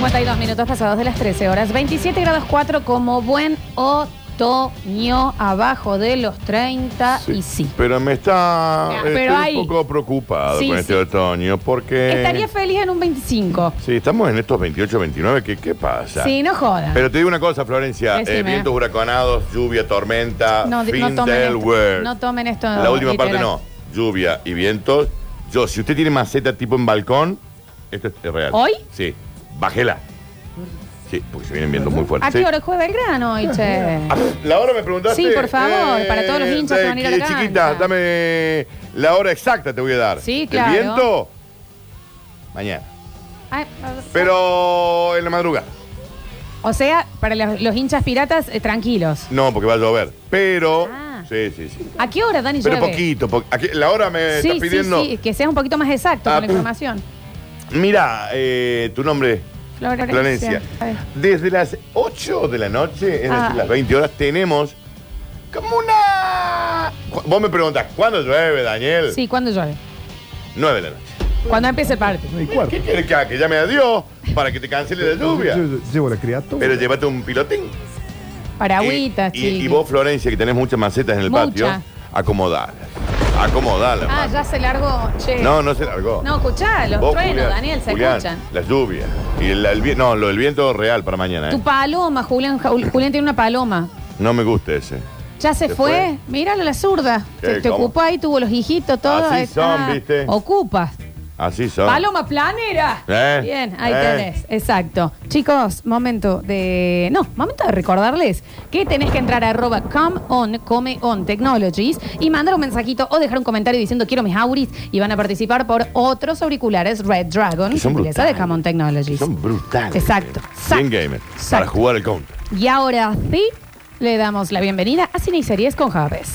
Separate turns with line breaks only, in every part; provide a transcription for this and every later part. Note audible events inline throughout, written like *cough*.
42 minutos pasados de las 13 horas. 27 grados 4 como buen otoño abajo de los 30 Ah, y sí.
Pero me está.
Ah,
estoy
pero hay-
un poco preocupado
Sí,
con este
sí.
otoño porque.
Estaría feliz en un 25.
Sí, estamos en estos 28, 29. ¿Qué, qué pasa?
Sí, no jodan.
Pero te digo una cosa, Florencia. eh,
Decime.
vientos huraconados, lluvia, tormenta,
no, di-
fin
no tomen
del
esto,
world.
no tomen esto.
La última parte
literal.
no. Lluvia y vientos. Yo, si usted tiene maceta tipo en balcón, esto es es real.
¿Hoy?
Sí. Bájela. Sí, porque se vienen vientos muy fuertes.
¿A qué
Sí.
hora juega Belgrano hoy,
*laughs*
che?
Ah, La hora me preguntaste.
Sí, por favor, para todos los hinchas que
de-
van a ir a la cancha.
Chiquita, dame la hora exacta, te voy a dar.
Sí, claro.
El viento, mañana.
Ay,
Pero en la madrugada.
O sea, para los, los hinchas piratas, eh, tranquilos.
No, porque va a llover. Pero.
Ah.
Sí, sí, sí.
¿A qué hora, Dani,
Pero
llueve?
poquito. po- aquí- la hora me
sí,
está pidiendo.
sí, sí, que seas un poquito más exacto
Ah,
con la información.
Mira, eh, tu nombre.
Florencia.
Florencia. Desde las 8 de la noche, es
Ah.
decir, las 20 horas, tenemos como una. Cu- Vos me preguntás, ¿cuándo llueve, Daniel?
Sí, ¿cuándo llueve?
9 de la noche.
Cuando empiece el partido.
No hay cuarto.
¿Qué quieres que haga? Que llame a Dios para que te cancele la
Yo,
lluvia.
yo llevo la criatura.
Pero llévate un pilotín.
Paraguitas,
y,
chiqui.
y, y vos, Florencia, que tenés muchas macetas en el
Mucha.
patio, acomodala. Acomodala.
Ah,
hermano.
ya se largó, che.
No, no se largó.
No, escuchá, los
Vos,
truenos,
Julián,
Daniel, se
Julián,
escuchan.
La lluvia. Y el, el vi- no, lo del viento real para mañana.
Tu
¿eh?
paloma, Julián,
*clears throat*
Jul- Julián tiene una paloma.
No me gusta ese.
Ya se,
Se
fue.
fue.
Míralo, la zurda.
¿Qué?
Te, te
¿Cómo?
ocupó ahí, tuvo los hijitos, todo.
Así
eh,
son, ¿viste?
Ocupas.
Así son.
Paloma planera.
Ah. Eh,
Bien, ahí
eh.
tenés. Exacto. Chicos, momento de. No, momento de recordarles que tenés que entrar a arroba come on, come on technologies y mandar un mensajito o dejar un comentario diciendo quiero mis auris y van a participar por otros auriculares Red Dragon.
Que son
empresa de
brutales.
Come on Technologies.
Son brutales.
Exacto,
Bien
exacto,
gamer. Para
exacto.
jugar el counter.
Y ahora sí, le damos la bienvenida a Cine y Series con Javes.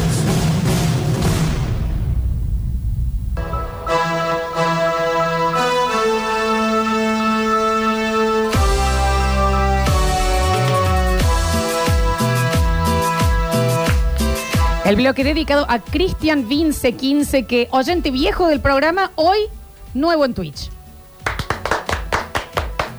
El bloque dedicado a Cristian Vince 15, que oyente viejo del programa, hoy nuevo en Twitch.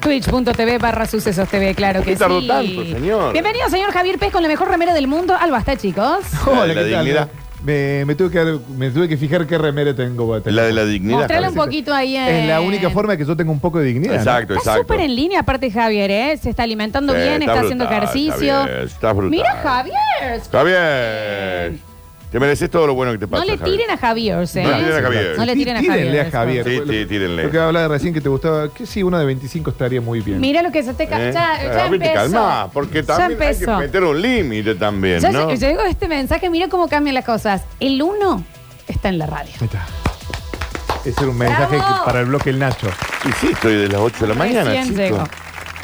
Twitch.tv barra sucesos TV, claro que
qué tardó
sí.
tanto, señor?
Bienvenido, señor Javier Pez, con la mejor remera del mundo al Basta, chicos.
La de
Hola,
la
¿qué tal?
dignidad.
Me, me tuve que, dar- me tuve que fijar qué remera tengo. va a tener.
La de la dignidad.
Mostrale un
Javier.
poquito ahí eh, en...
Es la única forma de que yo tenga un poco de dignidad. ¿no?
Exacto,
Está
exacto.
súper en línea, aparte Javier, ¿eh? Se está alimentando
Sí,
bien, está,
está
haciendo
brutal,
ejercicio.
Javier, está brutal.
Mira, Javier.
Javier. Te mereces todo lo bueno que te
No
pasa.
le tiren a Javier, ¿eh?
No le tiren a Javier.
No le tiren a
Tí-
Javier.
tírenle a
eso.
Javier.
Sí, sí, tírenle.
Lo que hablaba recién que te gustaba, que sí, una de 25 estaría muy bien.
Mira lo que se te... ca-
¿Eh?
Ya, ya
A ver, te
empezó.
calmá, porque
Ya
también hay que
empezó.
meter un límite también,
Ya
¿no?
lle- llegó este mensaje, mira cómo cambian las cosas. El uno está en la radio. *clears throat*
Ahí está. Ese era un mensaje
Bravo.
que- para el bloque El Nacho.
Y sí, estoy de las 8 de la mañana,
Recién
chico.
llegó.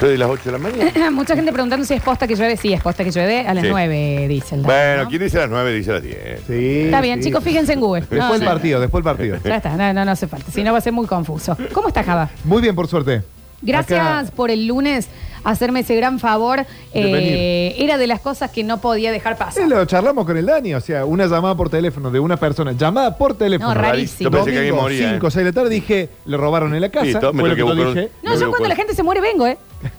Estoy de las 8 de
*laughs*
la mañana.
Mucha gente preguntando si es posta que llueve. Sí, es posta que llueve. A las
Sí.
nueve, dice el dato,
Bueno,
¿no?
¿quién dice a las 9? Dice a las 10.
Sí,
Está bien,
sí.
chicos, fíjense en Google.
Después
No,
el
no,
partido, después el partido.
Ya está, no, no, no hace falta. Si no va a ser muy confuso. ¿Cómo está, Java?
Muy bien, por suerte.
Gracias
Acá-
por el lunes hacerme ese gran favor.
De
Eh, era de las cosas que no podía dejar
Sí,
pasar.
lo charlamos con el Dani, o sea, una llamada por teléfono de una persona, llamada por teléfono.
No, rarísimo.
Yo pensé que alguien moría. ¿eh?
5 o 6 de la tarde dije, le robaron en la casa.
Listo, me tengo
fue lo que
que
yo
buscar un-
dije.
No, yo
me
cuando
acuerdo.
la gente se muere vengo, ¿eh?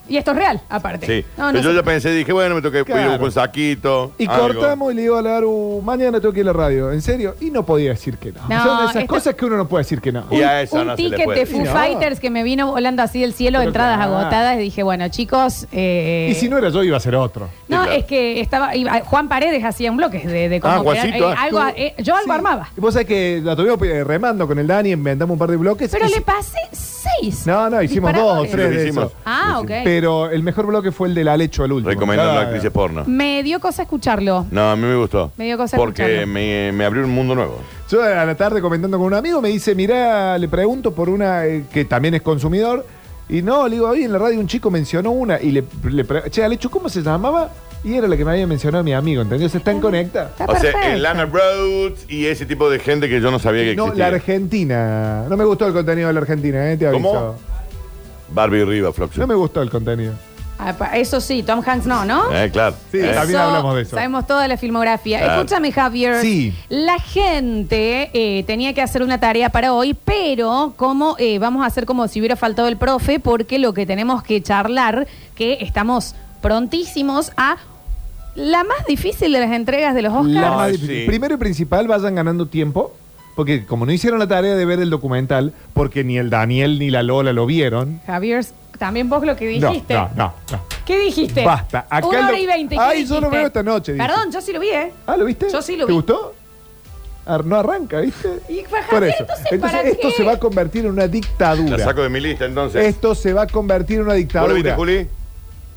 Y esto es real, aparte.
Sí.
No, no
Pero yo
se-
ya pensé, dije, bueno, me toqué
Claro.
ir con saquito.
Y
algo.
cortamos y le digo a la Aru, mañana tengo que ir a la radio, ¿en serio? Y no podía decir que no.
No,
Son esas
esto-
cosas que uno no puede decir que no.
Y a eso
un
no se le
ticket de
puede.
Foo
No.
Fighters que me vino volando así del cielo,
Pero
entradas
claro.
agotadas, y dije, bueno, chicos... eh,
Y si no era yo, iba a ser otro.
No,
Sí, claro.
es que estaba iba- Juan Paredes hacía un bloque de, de cómo
Ah,
operar,
Juancito,
eh,
ah,
algo,
tú-
eh, yo algo
Sí.
armaba.
Vos sabés que la tuvimos eh, remando con el Dani, inventamos un par de bloques.
Pero
y
le
si-
pasé seis.
No, no, hicimos dos o
disparadores.
tres de
Hicimos.
esos.
Ah, ok.
Pero el mejor bloque fue el de la lecho, el último.
Recomendando
Cada-
actrices porno.
Me dio cosa escucharlo.
No, a mí me gustó.
Me dio cosa
Porque
escucharlo.
me, me abrió un mundo nuevo.
Yo a la tarde comentando con un amigo me dice, mirá, le pregunto por una eh, que también es consumidor. Y no, le digo, hoy en la radio un chico mencionó una y le, le pre- che, Alecho, ¿cómo se llamaba? Y era la que me había mencionado mi amigo, ¿entendés? Están conectadas.
Está
O sea,
Ah, perfecto.
el Lana Rhodes y ese tipo de gente que yo no sabía que
No, la
existía.
Argentina. No me gustó el contenido de la Argentina, ¿eh? Te aviso.
¿Cómo? Barbie Riva,
No
Floxu.
me gustó el contenido.
Ah, pa- Eso sí, Tom Hanks no, ¿no?
Eh, claro.
Sí,
Eh.
está bien. también hablamos de eso.
Sabemos toda la filmografía.
Claro.
Escúchame, Javier.
Sí.
La gente eh, tenía que hacer una tarea para hoy, pero como eh, vamos a hacer como si hubiera faltado el profe, porque lo que tenemos que charlar, que estamos prontísimos a la más difícil de las entregas de los Oscars.
La
Ay,
más difícil.
sí.
Primero y principal, vayan ganando tiempo. Porque como no hicieron la tarea de ver el documental, porque ni el Daniel ni la Lola lo vieron.
Javier, también vos lo que
No,
dijiste.
no, no, no.
¿Qué dijiste?
Basta. Acá
Una hora
lo-
y veinte. ¿qué
Ay, yo lo
dijiste?
veo esta noche, dije.
Perdón, yo sí lo vi, ¿eh?
Ah, ¿lo viste?
Yo sí lo
¿Te
vi.
gustó? Ar- no arranca, ¿viste?
Y, Javier,
Por eso.
entonces,
Entonces,
¿para
esto
qué?
se va a convertir en una
La
dictadura.
saco de mi lista entonces.
Esto se va a convertir en una
¿Vos lo viste,
dictadura.
Juli?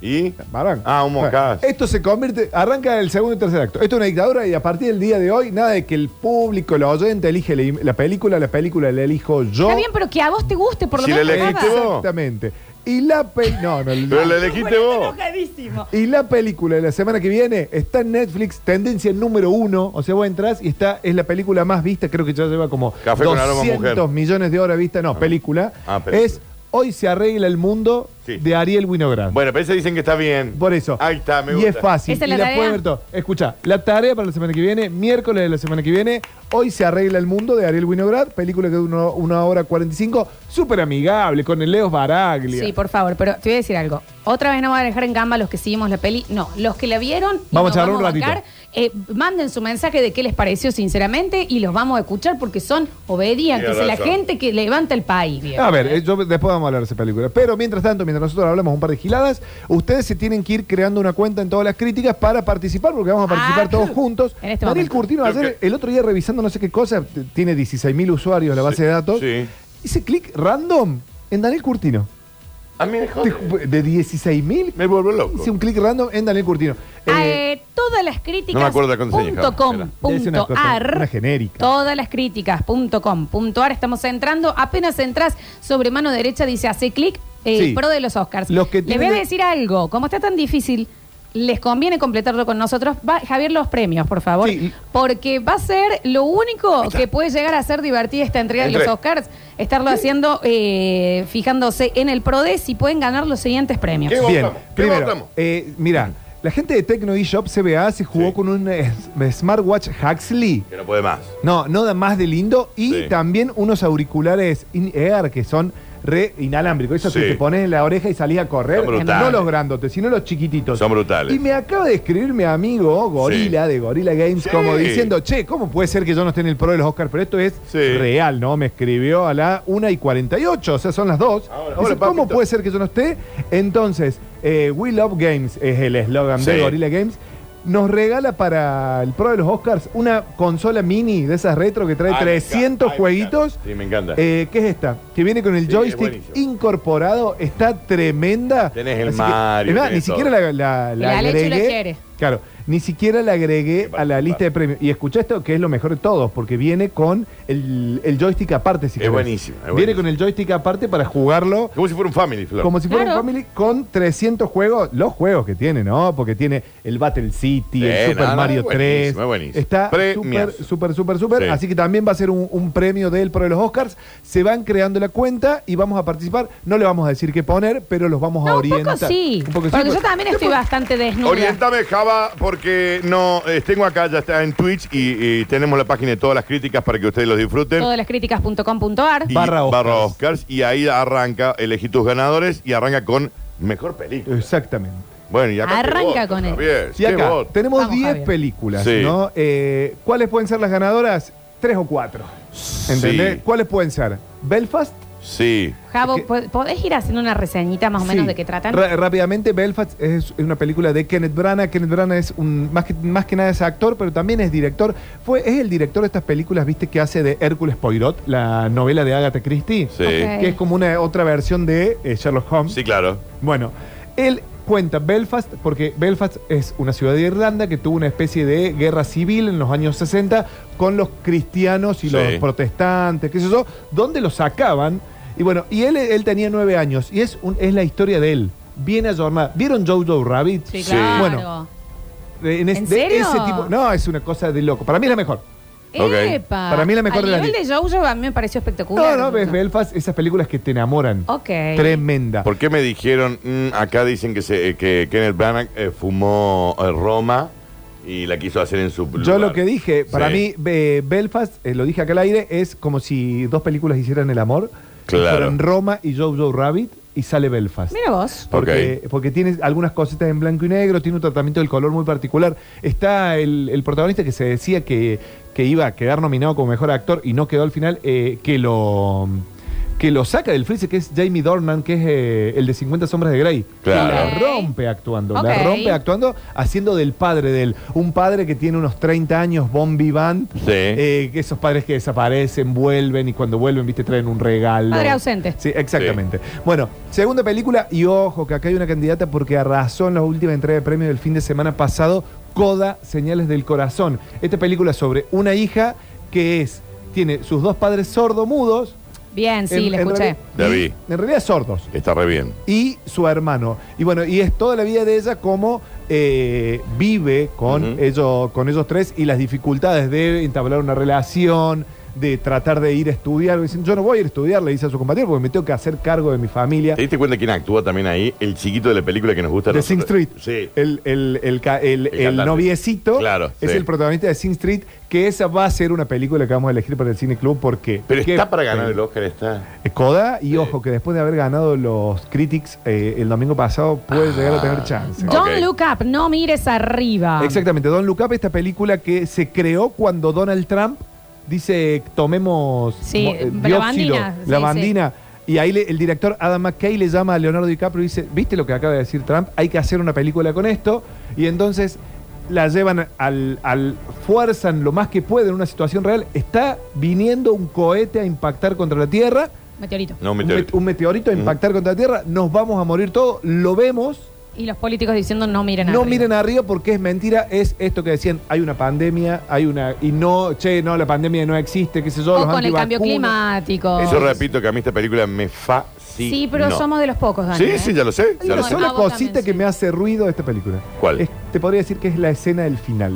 ¿Y?
Barranca.
Ah, un moscas.
Bueno, Esto se convierte, arranca el segundo y tercer acto. Esto es una dictadura y a partir del día de hoy, nada de que el público, el oyente elige la, la película, la película la elijo yo.
Está bien, pero que a vos te guste, por lo
Si
menos.
le elegiste
nada.
vos.
Exactamente. Y la pe- no, no,
Pero la
no.
elegiste
Bueno, está
vos.
enojadísimo.
Y la película de la semana que viene está en Netflix, tendencia número uno. O sea, vos entras y está, es la película más vista, creo que ya lleva como
Café con aroma a mujer.
200 millones de horas vista. No, película.
Ah, película.
Es Hoy se arregla el mundo
Sí.
de Ariel Winograd.
Bueno, pero ese dicen que está bien.
Por eso.
Ahí está, me
Y
gusta.
es fácil.
¿Esa es
y
la
la
tarea?
pueden ver todo. Escucha, la tarea para la semana que viene, miércoles de la semana que viene, hoy se arregla el mundo de Ariel Winograd, película que dura una hora 45, súper amigable, con el Leo Baraglia.
Sí, por favor, pero te voy a decir algo. Otra vez no voy a dejar en gamba a los que seguimos la peli. No, los que la vieron, y
Vamos
nos
a charlar un
bancar,
ratito.
eh, manden su mensaje de qué les pareció sinceramente y los vamos a escuchar porque son obedientes,
Tiene
la
razón.
gente que levanta el país. viejo.
A ver, eh, yo- después vamos a hablar de esa película. Pero mientras tanto, mientras nosotros hablamos un par de giladas, ustedes se tienen que ir creando una cuenta en todas las críticas para participar, porque vamos a participar
Ah,
todos juntos.
*laughs* en este
Daniel
momento.
Curtino
Creo
ayer,
que-
el otro día revisando no sé qué cosa, t- tiene 16.000 usuarios la base de datos,
sí.
hice clic random en Daniel Curtino.
A mí me
Te
jode.
ju- De 16.000
Me vuelvo loco.
Hice un clic random en Daniel Curtino.
A,
Eh,
eh, todas las
no
críticas
me acuerdo la contraseña,
punto com
Javi,
punto
Es una cosa-
ar,
una genérica.
todas las críticas punto com punto ar, estamos entrando apenas entras sobre mano derecha dice hace clic eh,
Sí.
pro de los Oscars
Los que
les
tienen-
voy a decir algo como está tan difícil les conviene completarlo con nosotros Va, Javier los premios por favor
Sí.
porque va a ser lo único que puede llegar a ser divertida esta entrega de
Entré.
los Oscars estarlo haciendo eh, fijándose en el pro de si pueden ganar los siguientes premios
¿Qué votamos?
bien,
¿Qué
primero,
votamos?
eh, mira, la gente de Tecno eShop CBA se jugó
Sí.
con un eh, smartwatch Huxley.
Que no puede más.
No, no da más de lindo. Y
Sí.
también unos auriculares in-ear que son re inalámbricos. Esos que
Sí.
te pones en la oreja y salís a correr.
Son brutales.
No los grandotes, sino los chiquititos.
Son brutales.
Y me acaba de escribir mi amigo Gorila de Gorila Games
Sí.
como diciendo, che, ¿cómo puede ser que yo no esté en el pro de los Oscars? Pero esto es
Sí.
real, ¿no? Me escribió a la 1 y 48, o sea, son las 2.
Ahora,
Dice,
ahora,
¿Cómo
papito".
puede ser que yo no esté? Entonces, eh, We Love Games es el eslogan de
Sí.
Gorilla Games. Nos regala para el pro de los Oscars una consola mini de esas retro que trae
Ay, Ah, me
300
encanta, ay, me
jueguitos.
encanta. Sí, me encanta.
Eh, ¿Qué es esta? Que viene con el
Sí, es
joystick
buenísimo.
incorporado. Está tremenda.
Tenés el
Así
Mario,
es más,
tenés
ni siquiera
todo.
la, la- la
La leche la
agregué.
quiere.
Claro, ni siquiera la agregué a la lista de premios. Y escucha esto, que es lo mejor de todos, porque viene con el, el joystick aparte. Si
Es
querés.
buenísimo, es
Viene
buenísimo.
con el joystick aparte para jugarlo
Como si fuera un family, Flor.
como si fuera
Claro.
un family con 300 juegos, los juegos que tiene, ¿no? Porque tiene el Battle City, el
Sí,
Super
no, no,
Mario
es buenísimo,
3.
es buenísimo.
Está súper,
Premiazo.
súper, súper, súper.
Sí.
Así que también va a ser un, un premio de él para los Oscars. Se van creando la cuenta y vamos a participar. No le vamos a decir qué poner, pero los vamos a
No, un
orientar.
poco sí.
Un poco
porque yo
porque-
también estoy bastante desnuda.
Orientame, Java, porque no eh, tengo acá, ya está en Twitch y, y tenemos la página de todas las críticas para que ustedes los disfruten.
Todas las críticas.com.ar.
Y
Barra Oscars.
Oscars, Y ahí arranca, elegí tus ganadores y arranca con mejor película.
Exactamente.
Bueno, y acá.
Arranca con él.
él.
Y acá tenemos
Vamos,
10
Javier.
películas,
Sí.
¿no? Eh, ¿Cuáles pueden ser las ganadoras? Tres o cuatro. ¿Entendés?
Sí.
¿Cuáles pueden ser? Belfast,
Sí.
Javo,
que-
¿pod- ¿podés ir haciendo una reseñita más o menos
Sí.
de qué tratan?
Ra- rápidamente, Belfast es una película de Kenneth Branagh. Kenneth Branagh es un más que, más que nada es actor, pero también es director. Fue, es el director de estas películas, viste, que hace de Hércules Poirot, la novela de Agatha Christie,
Sí.
Ok.
que es como una otra versión de eh, Sherlock Holmes.
Sí, claro.
Bueno, él cuenta Belfast, porque Belfast es una ciudad de Irlanda que tuvo una especie de guerra civil en los años 60 con los cristianos y
Sí.
los protestantes, qué sé yo, donde los sacaban. Y bueno, y él, él tenía nueve años y es, un- es la historia de él. Bien adornada. ¿Vieron Jojo Rabbit?
Sí,
Sí.
claro.
Bueno, de- en, es-
¿En
de
serio?
ese tipo. No, es una cosa de loco. Para mí es la mejor.
Ok.
Epa.
Para mí la mejor
Al
de las
nivel de
diez.
Jojo a mí me pareció
No,
espectacular.
no, ves Belfast, esas películas que te enamoran.
Ok.
Tremenda.
¿Por qué me dijeron, mm, acá dicen que, se, eh, que Kenneth Branagh eh, fumó eh, Roma y la quiso hacer en su
Yo
lugar?
lo que dije, para
Sí.
mí eh, Belfast, eh, lo dije acá al aire, es como si dos películas hicieran el amor.
Claro.
Fueran Roma y Jojo Rabbit y sale Belfast.
Mira vos.
Porque, porque tiene algunas cositas en blanco y negro, tiene un tratamiento del color muy particular. Está el, el protagonista que se decía que, que iba a quedar nominado como mejor actor y no quedó al final, eh, que lo que lo saca del freezer, que es Jamie Dornan, que es eh, el de 50 sombras de Grey.
Claro.
La rompe actuando,
Ok.
la rompe actuando, haciendo del padre de él. Un padre que tiene unos 30 años, bombi band.
Sí.
Eh, esos padres que desaparecen, vuelven y cuando vuelven, viste, traen un regalo.
Padre ausente.
Sí, exactamente. Bueno, segunda película, y ojo, que acá hay una candidata porque arrasó en la última entrega de premios del fin de semana pasado, Coda, Señales del Corazón. Esta película sobre una hija que es, tiene sus dos padres sordomudos.
Bien, sí,
En-
la
en
escuché.
reali-
La vi.
En realidad sordos
Está re bien.
y su hermano. Y bueno, y es toda la vida de ella como eh, vive con,
Ujú.
ellos, con ellos tres y las dificultades de entablar una relación, de tratar de ir a estudiar. Dicen, yo no voy a ir a estudiar, le dice a su compañero, porque me tengo que hacer cargo de mi familia.
¿Te diste cuenta quién actúa también ahí? El chiquito de la película que nos gusta. a
De Sing
nosotros.
Street. Eh,
Sí.
El, el, el, ca- el- el
cantante.
noviecito
Claro,
es
sí.
el protagonista de Sing Street, que esa va a ser una película que vamos a elegir para el Cine Club porque...
Pero
qué
está para ganar
peli-
el Oscar, está.
Coda, y ojo, que después de haber ganado los Critics eh, el domingo pasado, puede
Ah,
llegar a tener chance.
Don't
Ok.
look up, no mires arriba.
Exactamente, Don Look Up, esta película que se creó cuando Donald Trump dice tomemos
Sí,
mo- eh,
la bandina,
la
sí,
bandina. Y ahí le- el director Adam McKay le llama a Leonardo DiCaprio y dice, ¿viste lo que acaba de decir Trump? Hay que hacer una película con esto. Y entonces la llevan al, al fuerzan lo más que pueden una situación real. Está viniendo un cohete a impactar contra la Tierra
Meteorito.
No,
un,
me te-
met- un meteorito a impactar contra la Tierra, nos vamos a morir todos, lo vemos,
Y los políticos diciendo no miren
no
arriba.
miren arriba porque es mentira, es esto que decían, hay una pandemia, hay una, y no, che, no, la pandemia no existe, qué sé yo,
O
los
con el cambio
antivacunas.
climático.
Yo repito que a mí esta película me
Sí,
fascina.
pero somos de los pocos, ¿eh? Dani.
Sí, sí, ya lo sé.
No,
Ya lo
Pero
sé.
es una
a vos
cosita
también,
que
sí.
me hace ruido de esta película.
¿Cuál?
Es- te podría decir que es la escena del final.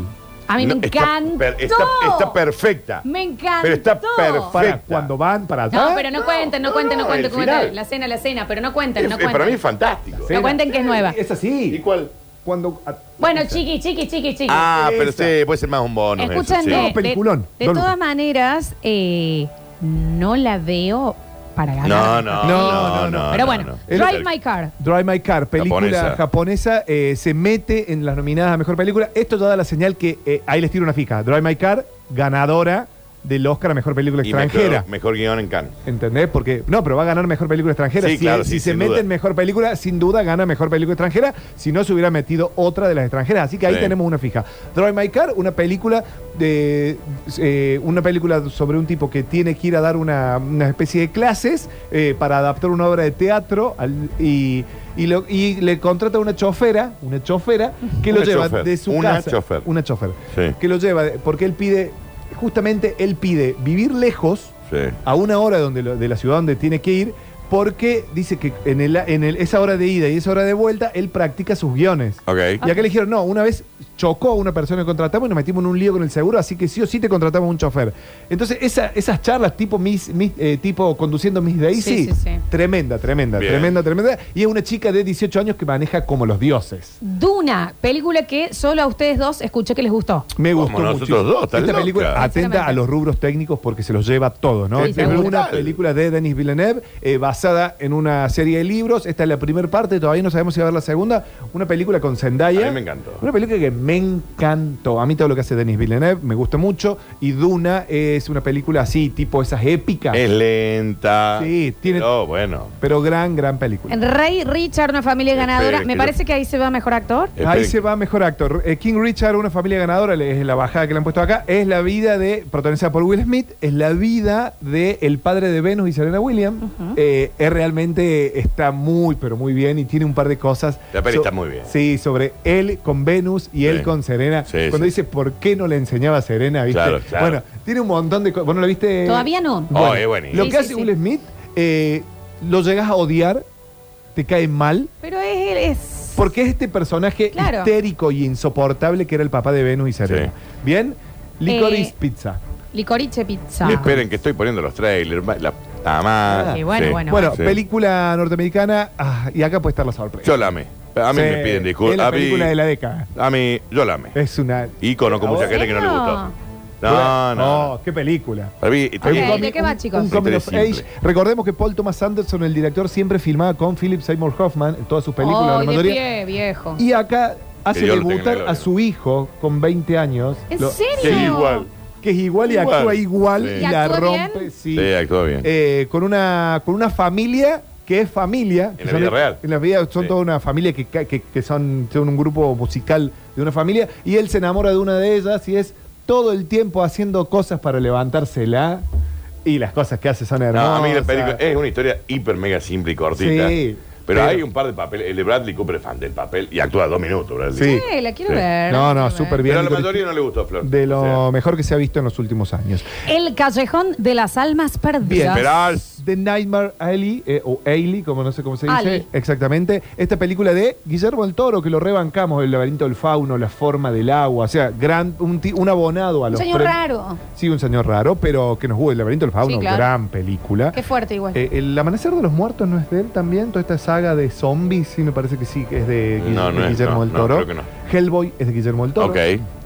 A mí
No,
me
está
encanta.
per- Está, está perfecta.
Me encantó.
Pero está perfecta.
Para
Perfecta.
cuando van para atrás.
No, pero no cuenten, no
no,
cuenten, no
no,
cuenten.
el
cómo
final.
está. La cena, la cena, pero no
Es-
cuenten, no
es-
cuenten.
para mí es fantástico.
No cuenten que es nueva.
Es así.
¿Y cuál?
Cuando, a-
Bueno, chiqui, chiqui, chiqui, chiqui.
Ah, pero
Esa.
sí, puede ser más un bono.
Escuchen, de, de-
peliculón.
de
Don Luca.
todas maneras, eh, no la veo para ganar.
No, no,
No,
no, no.
no, no.
Pero bueno,
no.
Drive My Car.
Drive My Car, película
Japonesa.
japonesa, eh, se mete en las nominadas a mejor película. Esto ya da la señal que eh, ahí les tiro una fija. Drive My Car, ganadora del Oscar a mejor película
Y
extranjera.
Mejor, mejor guión en Cannes.
¿Entendés? Porque, no, pero va a ganar mejor película extranjera.
Sí,
si
claro,
si
sí,
se
sin
mete
duda.
en mejor película, sin duda gana mejor película extranjera. Si no, se hubiera metido otra de las extranjeras. Así que ahí
Sí.
tenemos una fija. Drive My Car, una película de eh, una película sobre un tipo que tiene que ir a dar una, una especie de clases eh, para adaptar una obra de teatro al- y, y lo- y le contrata una chofera, una chofera, que lo
Una
lleva
chofer,
de su
una
casa.
chofer.
Una chofer.
Sí.
Que lo lleva, porque él pide, justamente él pide vivir lejos
Sí.
a una hora donde lo- de la ciudad donde tiene que ir, porque dice que en, el- en el- esa hora de ida y esa hora de vuelta, él practica sus guiones.
Ok.
Y acá le dijeron, no, una vez chocó a una persona que contratamos y nos metimos en un lío con el seguro, así que sí o sí te contratamos un chofer. Entonces, esa- esas charlas tipo Miss, Miss- eh, tipo conduciendo Miss Daisy,
Sí, sí, sí.
tremenda, tremenda,
Bien.
tremenda, tremenda. Y es una chica de 18 años que maneja como los dioses.
Duna, película que solo a ustedes dos escuché que les gustó.
Me
Como
gustó
nosotros
muchísimo.
dos, estás
Esta
loca.
película atenta a los rubros técnicos porque se los lleva todo, ¿no?
Sí,
es
seguro.
una película de Denis Villeneuve eh, basada en una serie de libros. Esta es la primera parte, todavía no sabemos si va a haber la segunda. Una película con Zendaya.
A mí me encantó.
Una película que me encantó. A mí todo lo que hace Denis Villeneuve me gusta mucho. Y Duna es una película así, tipo esas épicas.
Es lenta.
Sí, tiene-
Oh, bueno.
Pero gran, gran película.
Rey Richard, una familia
Esperen,
ganadora.
que
Me
yo-
parece que ahí se va mejor actor.
Ahí
Esperen.
se va mejor actor. Eh, King Richard, una familia ganadora, le- es la bajada que le han puesto acá. Es la vida de, protagonizada por Will Smith, es la vida de el padre de Venus y Serena Williams. Eh, es realmente está muy, pero muy bien y tiene un par de cosas.
La peli está muy bien.
Sí, sobre él con Venus y
Sí.
él con Serena.
Sí,
Cuando
sí.
dice, ¿por qué no le enseñaba a Serena? ¿viste?
Claro, claro.
Bueno, tiene un montón de cosas. ¿Vos no lo viste?
Todavía no.
Oh, es buenísimo.
Lo
Sí,
que
sí,
hace
sí.
Will Smith, eh, lo llegas a odiar, te cae mal.
Pero es, él es
Porque es este personaje
Claro.
histérico y insoportable que era el papá de Venus y Serena.
Sí.
Bien, Licorice
Eh,
Pizza.
Licorice pizza.
Y esperen que estoy poniendo los trailers. ma- La puta madre.
Y bueno, bueno.
bueno,
sí.
película norteamericana ah, y acá puede estar la sorpresa.
Yo la amé. A mí
Sí,
me piden
Es
disculpas.
la
A mí,
película de la década.
a mí, yo la amé.
Es una...
Y conozco
¿A vos?
mucha gente que no le gustó. No,
Bueno,
no.
oh, qué película.
Para mí, está
Ok,
bien.
Eh, ¿de qué va, chicos?
Un coming of
Siempre,
age.
siempre.
Recordemos que Paul Thomas Anderson, el director, siempre filmaba con Philip Seymour Hoffman en todas sus películas. la
Ay, de
mayoría.
pie, viejo.
Y acá hace
Dios lo tenga en la
debutar
gloria.
a su hijo con 20 años.
¿En
lo-
serio?
Sí, igual.
Que es igual y
Igual.
actúa igual
Sí.
y
¿Y
la
actúa
rompe.
bien?
Sí.
Sí, actúa bien.
Eh, con, una, con una familia que es familia. que
la
son-
vida real.
En la vida son
Sí.
toda una familia que, ca- que, que son, son un grupo musical de una familia. Y él se enamora de una de ellas y es todo el tiempo haciendo cosas para levantársela. Y las cosas que hace son
No,
hermosas.
a mí la película es una historia hiper mega simple y cortita.
Sí,
pero,
pero-
hay un par de papeles. El de Bradley Cooper es fan del papel y actúa dos minutos, Bradley.
Sí.
Eh, la quiero
Sí.
ver. la
No, no,
quiero ver.
súper bien.
Pero a la
Nicolas-
mayoría no le gustó, Flor.
De lo
O
mejor que se ha visto en los últimos años.
El callejón de las almas
Bien,
perdidas.
sea, verás.
The Nightmare Alley, eh, o Ailey, como no sé cómo se dice
Alley.
exactamente. Esta película de Guillermo del Toro, que lo rebancamos, El laberinto del fauno, La forma del agua, o sea, gran, un, ti- un abonado a
Un
los
señor
premios.
raro.
Sí, un señor raro, pero que nos jugó El laberinto del fauno,
Sí, claro.
gran película.
Qué fuerte igual.
Eh, el Amanecer de los Muertos no es de él también, toda esta saga de zombies, sí, me parece que sí, que es de, Guil-
No, no
de
es,
Guillermo
no,
del
no,
Toro.
creo que no.
Hellboy es de Guillermo del Toro.
Ok.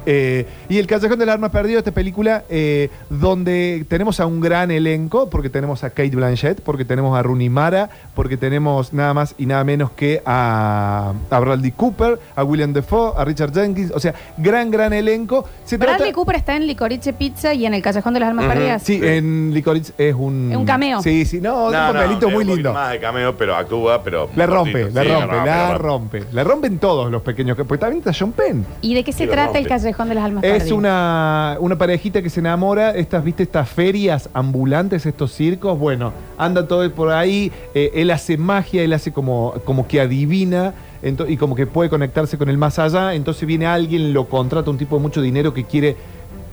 Eh, y El Callejón del Arma Perdido, esta película eh, donde tenemos a un gran elenco, porque tenemos a Kate Blanchett, porque tenemos a Rooney Mara, porque tenemos nada más y nada menos que a, a Bradley Cooper, a William Defoe, a Richard Jenkins, o sea, gran, gran elenco. Se
Bradley Cooper está en Licorice Pizza y en el callejón de las almas
Ujú.
perdidas.
Sí, eh, en Licorice es un...
Es un cameo.
Sí, sí, no, es
No,
un
no,
papelito
es
muy
un poquito
lindo.
Más de cameo, pero actúa, pero.
La rompe,
cortito.
la
Sí,
rompe, la
la
rompe. La rompen todos los pequeños. Porque también está John Penn.
¿Y de qué se
Y lo
trata el
rompe.
callejón de las almas perdidas?
Es una, una parejita que se enamora, estas, viste, estas ferias ambulantes, estos circos, bueno, anda todo por ahí, eh, él hace magia, él hace como, como que adivina ento- y como que puede conectarse con el más allá, entonces viene alguien, lo contrata, un tipo de mucho dinero que quiere,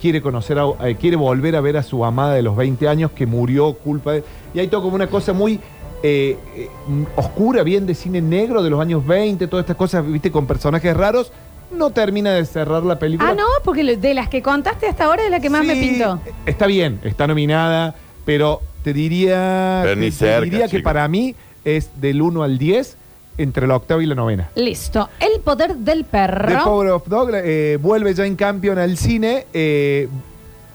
quiere conocer, a- eh, quiere volver a ver a su amada de los 20 años que murió culpa de... Y hay todo como una cosa muy... eh, eh, oscura, bien de cine negro de los años 20, todas estas cosas, viste, con personajes raros, no termina de cerrar la película.
Ah, no, porque lo- de las que contaste hasta ahora es la que más me
Sí,
pintó.
Está bien, está nominada, pero te diría,
Pero ni
te- te
cerca,
diría que
chico.
para mí es del 1 al 10 entre la octava y la novena.
Listo. El poder del
The
perro.
Power of Dog eh, vuelve Jane Campion al cine. eh,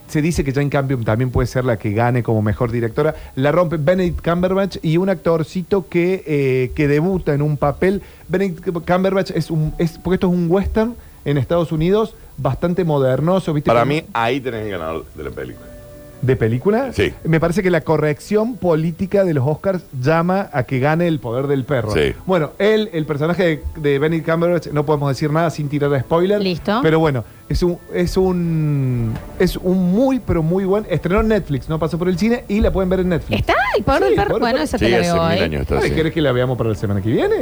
se dice que Jane Campion también puede ser la que gane como mejor directora. La rompe Benedict Cumberbatch y un actorcito que, eh, que debuta en un papel. Benedict Cumberbatch es un. Es, porque esto es un western en Estados Unidos bastante modernoso, ¿viste?
Para
Como-
mí, ahí tenés el ganador de la película.
¿De película?
Sí.
Me parece que la corrección política de los Oscars llama a que gane el poder del perro.
Sí.
Bueno, él, el personaje de, de Benedict Cumberbatch, no podemos decir nada sin tirar spoiler.
Listo.
Pero bueno, es un, es un, es un muy, pero muy buen. Estrenó en Netflix, no pasó por el cine y la pueden ver en Netflix.
¿Está? ¿El poder
Sí,
del
el
perro?
poder del
Bueno,
perro.
esa te ¿eh?
Sí,
la
hace
veo
mil
hoy.
años está
¿Sabes?
así.
¿Querés que la veamos para la semana que viene?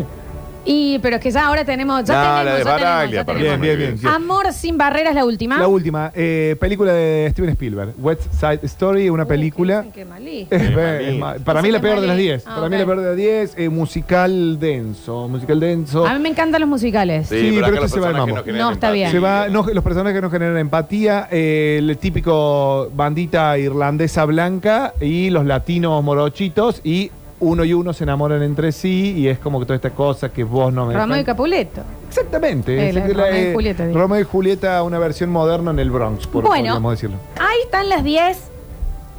Y, pero es que ya ahora tenemos. Ya
No,
tenemos,
la de
ya tenemos, ya
Baraglia, para
tenemos.
mí.
bien,
muy
bien,
bien.
bien.
Amor sin barreras, la última.
La última, eh, película de Steven Spielberg, West Side Story, una
Uh,
película.
qué- qué malí.
Es
Sí,
ver-
malí.
es mal- para mí
Dicen
la
que
peor de las
malí.
10.
Ah,
para mí
ok.
la peor de las 10, eh, musical denso, musical denso.
A mí me encantan los musicales.
Sí, pero
acá
este
los
se va al
personajes
mambo.
generan
No, está bien.
Se va,
empatía.
no, los personajes no generan empatía, eh, el típico bandita irlandesa blanca y los latinos morochitos y uno y uno se enamoran entre sí y es como que toda esta cosa que vos no me...
Romeo y Capuleto.
Exactamente.
Eh, la-
es
Romeo y Julieta, digo.
Romeo y Julieta, una versión moderna en el Bronx, por,
Bueno.
podríamos decirlo.
Ahí están las 10.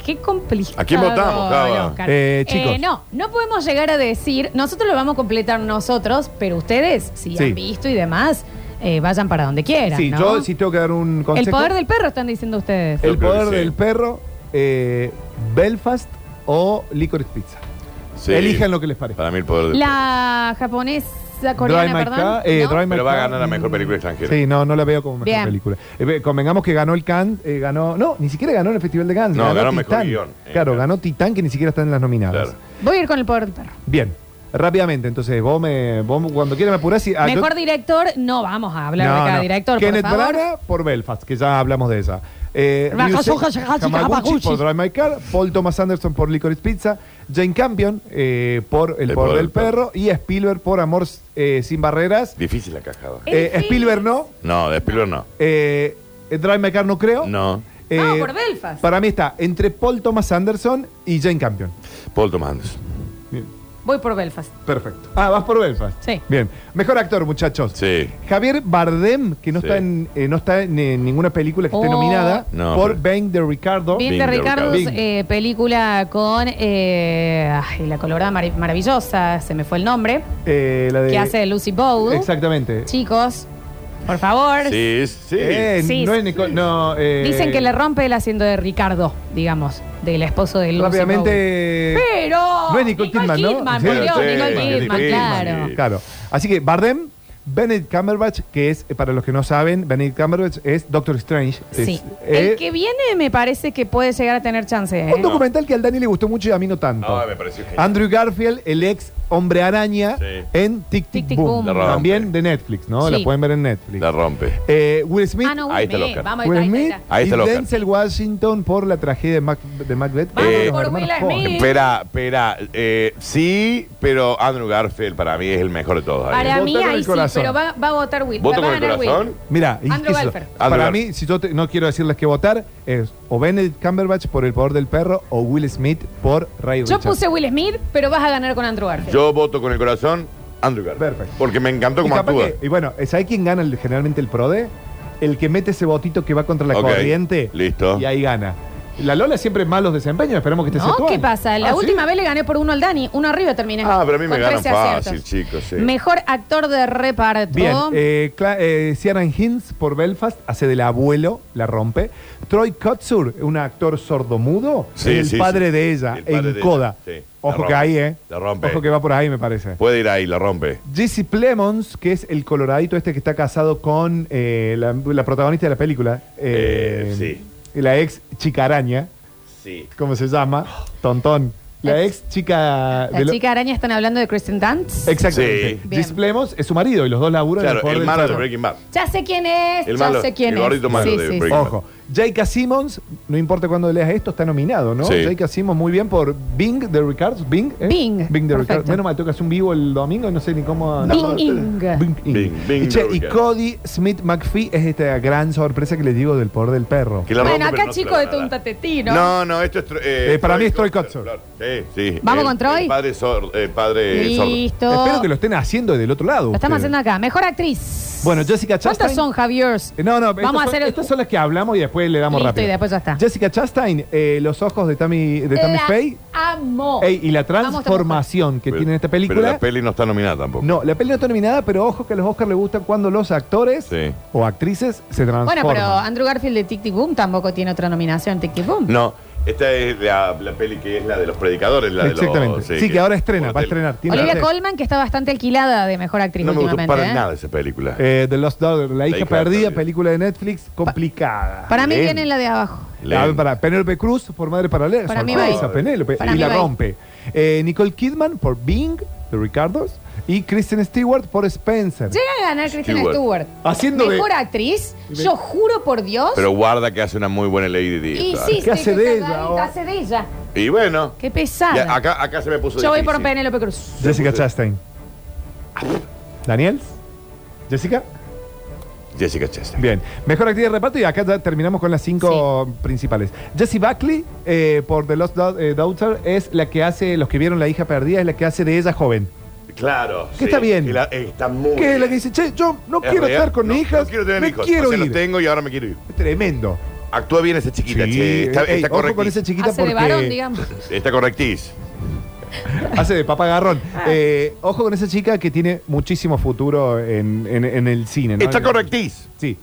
Qué complicado.
¿A quién votamos, Java?
Oscar.
Eh, chicos.
no, no podemos llegar a decir, nosotros lo vamos a completar nosotros, pero ustedes, si
Sí.
han visto y demás, eh, vayan para donde quieran.
Sí,
¿no?
yo sí tengo que dar un
El
consejo.
poder del perro están diciendo ustedes.
El
Yo creo que
poder
sí.
del perro, eh, Belfast o Licorice Pizza.
Sí.
Elijan lo que les parezca.
Para mí, el poder del
La japonesa coreana,
Drive My
perdón.
Car, eh,
¿no?
Drive My
Pero va a
Car,
ganar la mejor
mm,
película extranjera.
Sí, no, no la veo como mejor
Bien.
película. Eh, ve- convengamos que ganó el Cannes, eh, ganó. No, ni siquiera ganó en el Festival de Cannes.
No, ganó mejor
Titán.
guión, eh,
claro,
claro.
ganó Titán, que ni siquiera está en las nominadas.
Claro.
Voy a ir con el poder del perro.
Bien. rápidamente. Entonces, vos, me, vos cuando quieras me apurás. y- ah, yo-
Mejor director, no vamos a hablar de
No,
cada
no.
director,
Kenneth
por favor.
Branagh por Belfast, que ya hablamos de esa. Eh,
Raja
Ryusei
Soja Shahashi
Hamaguchi
Kawaguchi.
por Drive My Car, Paul Thomas Anderson por Licorice Pizza, Jane Campion eh, por El,
El
Poder del Perro y Spielberg por Amor eh, Sin Barreras.
Difícil la cajada.
Eh,
sí.
Spielberg no,
No, de Spielberg no.
eh, Drive My Car no creo.
No.
Eh,
No, por Belfast.
Para mí está entre Paul Thomas Anderson y Jane Campion.
Paul Thomas Anderson.
Bien,
Voy por Belfast.
perfecto. Ah, vas por Belfast.
Sí.
Bien. Mejor actor, muchachos.
Sí.
Javier Bardem, que no
Sí.
está en eh, no está en, eh, ninguna película que esté
Oh.
nominada,
No,
por
pero-
Bang de Ricardo.
Bien
Bing
de
de
Ricardo,
Ricardo.
eh, película con eh, ay, la colorada mari- maravillosa, se me fue el nombre,
eh, la de-
que hace Lucy Bowl.
Exactamente.
Chicos, por favor.
Sí, sí.
Eh,
Sí,
no
sí.
es Nico- no, eh,
Dicen que le rompe el asiento de Ricardo, digamos, del esposo de Lucy Bowl.
Rápidamente.
Pero.
No es Nicole Kidman, ¿no?
por Dios,
Sí, sí,
Nicole
Nicole
Kidman,
Kidman,
claro.
sí.
Claro. Así que Bardem, Benedict Cumberbatch, que es, eh, para los que no saben, Benedict Cumberbatch es Doctor Strange. Es,
Sí.
eh,
el que viene me parece que puede llegar a tener chance. ¿eh?
Un documental que al Dani le gustó mucho y a mí no tanto.
Ah, me pareció genial.
Andrew Garfield, el ex hombre araña,
Sí.
en Tic Tic,
Tic, Tic,
Boom.
Boom. La
rompe.
También de Netflix, ¿no?
Sí.
La pueden ver en Netflix.
La rompe.
Eh, Will Smith.
Ah, no,
Ahí
Will
está el
Smith.
Oscar.
Vamos,
Will
ahí está, ahí
Smith
está.
Ahí está
y
el Oscar.
Denzel Washington por la tragedia de, Mac- de Macbeth.
Vamos
Los
por
hermanos
Will
Coen.
Smith.
Espera, espera. eh, sí, pero Andrew Garfield para mí es el mejor de todos. ahí.
Para mí
Votar con
ahí
el
sí,
corazón.
pero va, va a votar Will.
¿Voto
va
con
a
el
ganar Will.
corazón?
Mira, y
Andrew
qué sé yo.
Garfield.
Andrew
para
Garfield.
mí, si yo te- no quiero decirles que votar, es o Benedict Cumberbatch por El Poder del Perro o Will Smith por Ray
Yo
Richards.
puse Will Smith, pero vas a ganar con Andrew Garfield.
Yo voto con el corazón Andrew Garfield.
Perfecto.
Porque me encantó
y,
cómo
capaz
actúa.
que- y bueno, ¿sabes quién gana el- generalmente el PRODE? El que mete ese botito que va contra la
Ok,
corriente.
listo.
Y ahí gana. La Lola siempre malos desempeños, esperemos que este sea
No,
tu
¿qué
año.
pasa? La
¿Ah, sí?
última vez le gané por uno al Dani. Uno arriba terminé.
Ah, pero a mí me
Con
ganan
13 aciertos.
fácil, chicos. sí.
Mejor actor de reparto.
Bien, eh, Cla- eh, Ciaran Hinds por Belfast hace del abuelo, la rompe. Troy Kotsur, un actor sordomudo,
Sí,
es el
sí,
padre
sí.
de ella,
El padre de
en
ella,
Coda.
sí. La
Ojo
rompe,
que ahí, ¿eh?
la rompe.
Ojo que va por ahí, me parece.
Puede ir ahí, la rompe.
Jesse Plemons, que es el coloradito este que está casado con eh, la, la protagonista de la película.
Eh,
eh,
sí.
La ex chicaraña,
Sí.
¿cómo se llama? Tontón. La ex
La
chica... de lo-
chica araña están hablando de Kristen Dunst.
Exactamente.
Sí.
Bien.
Jesse Plemons es su marido y los dos laburan en
Claro,
Poder
el
del
malo de
Perro.
Breaking Bad.
Ya sé quién es.
El
ya
malo,
sé quién
el
es.
gordito malo de Breaking Bad.
Ojo, J.K. Simmons, no importa cuándo leas esto, está nominado, ¿no?
Sí.
J.K. Simmons, muy bien por Bing de Ricardo. Bing, ¿eh?
Bing,
Bing de
perfecto.
Ricardo. Menos mal, tocas un vivo el domingo, no sé ni cómo.
Bing Ing.
Bing, Ing.
Bing, Bing
y, che,
de
y
Ricardo.
Cody Smith McPhee es esta gran sorpresa que les digo del poder del perro.
Que la
Bueno,
rompe, pero
acá
no se
chico
la
de
van a dar.
Tuntatetino.
No, no, esto es. tro- eh,
Eh, para mí es Troy Kotsur.
claro. Sí, sí.
¿Vamos
El-
con Troy?
el padre sordo. eh, padre sordo.
Listo.
Espero que lo estén haciendo del otro lado.
Lo estamos
ustedes.
haciendo acá. Mejor actriz.
Bueno, Jessica Chastain.
¿Cuántas son, Javiers?
Eh, No, no, estas
Vamos a
son-
hacer el.
estas son las que hablamos y después le damos
Listo,
rápido.
y después ya está. Eh,
Jessica Chastain, eh, los ojos de Tammy, de Tammy
La
Faye.
Amo.
Ey, y la
Amo esta mujer.
transformación que
Pero-
tiene esta película.
Pero la peli no está nominada tampoco.
No, la peli no está nominada, pero ojo que a los Oscars les gustan cuando los actores
Sí.
o actrices se transforman.
Bueno, pero Andrew Garfield de Tic Tic Boom tampoco tiene otra nominación. Tic Tic Boom.
No, esta es la, la peli que es la de los predicadores. La de los-
Exactamente. sí, que, ahora estrena,
por
va a
tele.
estrenar. Tiene
Olivia
razón.
Colman, que está bastante alquilada de mejor actriz
No me gustó
últimamente.
para
¿eh?
nada esa película.
Eh, The Lost Daughter, La hija
hija
perdida,
perdida.
película de Netflix complicada.
Para mí
Len.
viene la de abajo.
Lenta.
Ah, para Penélope Cruz por Madre Paralela.
Para mí
Sorpresa,
va ahí.
Penélope.
Para
y
mí
la
va ahí.
rompe. Eh, Nicole Kidman por Bing, de Ricardos. Y Kristen Stewart por Spencer.
Llega a ganar Kristen
Stewart.
Stewart.
Haciendo de-
mejor actriz, yo juro por Dios.
Pero guarda que hace una muy buena Lady Di.
y
esta.
sí,
¿Qué hace
sí,
de
sí,
ella
Gaby,
ahora?
hace de ella.
Y bueno.
Qué
ya
pesada.
acá, acá se me puso
yo voy por
difícil.
Penélope Cruz.
Jessica Chastain. ¿Daniel? ¿Jessica?
Jessica Chastain.
Bien, mejor actriz de reparto y acá ya terminamos con las cinco principales. Jessie Buckley, eh, por The Lost Dau- eh, Daughter, es la que hace, los que vieron La hija perdida, es la que hace de ella joven.
Claro.
Que está bien.
que la- está muy
Que es la que
bien.
dice, che, yo no
Es
quiero
real,
estar con
no,
mi hija,
No quiero tener
me
hijos.
quiero
o sea, los
ir.
tengo y ahora me quiero ir.
Tremendo.
Actúa bien esa chiquita,
Sí,
che. Está,
ey,
está
ojo con esa
correctís.
chiquita
Hace
porque
de varón, digamos.
Está correctís.
hace de papagarrón.
Ah.
Eh, ojo con esa chica que tiene muchísimo futuro en, en- en el cine. ¿no?
Está correctís.
Sí.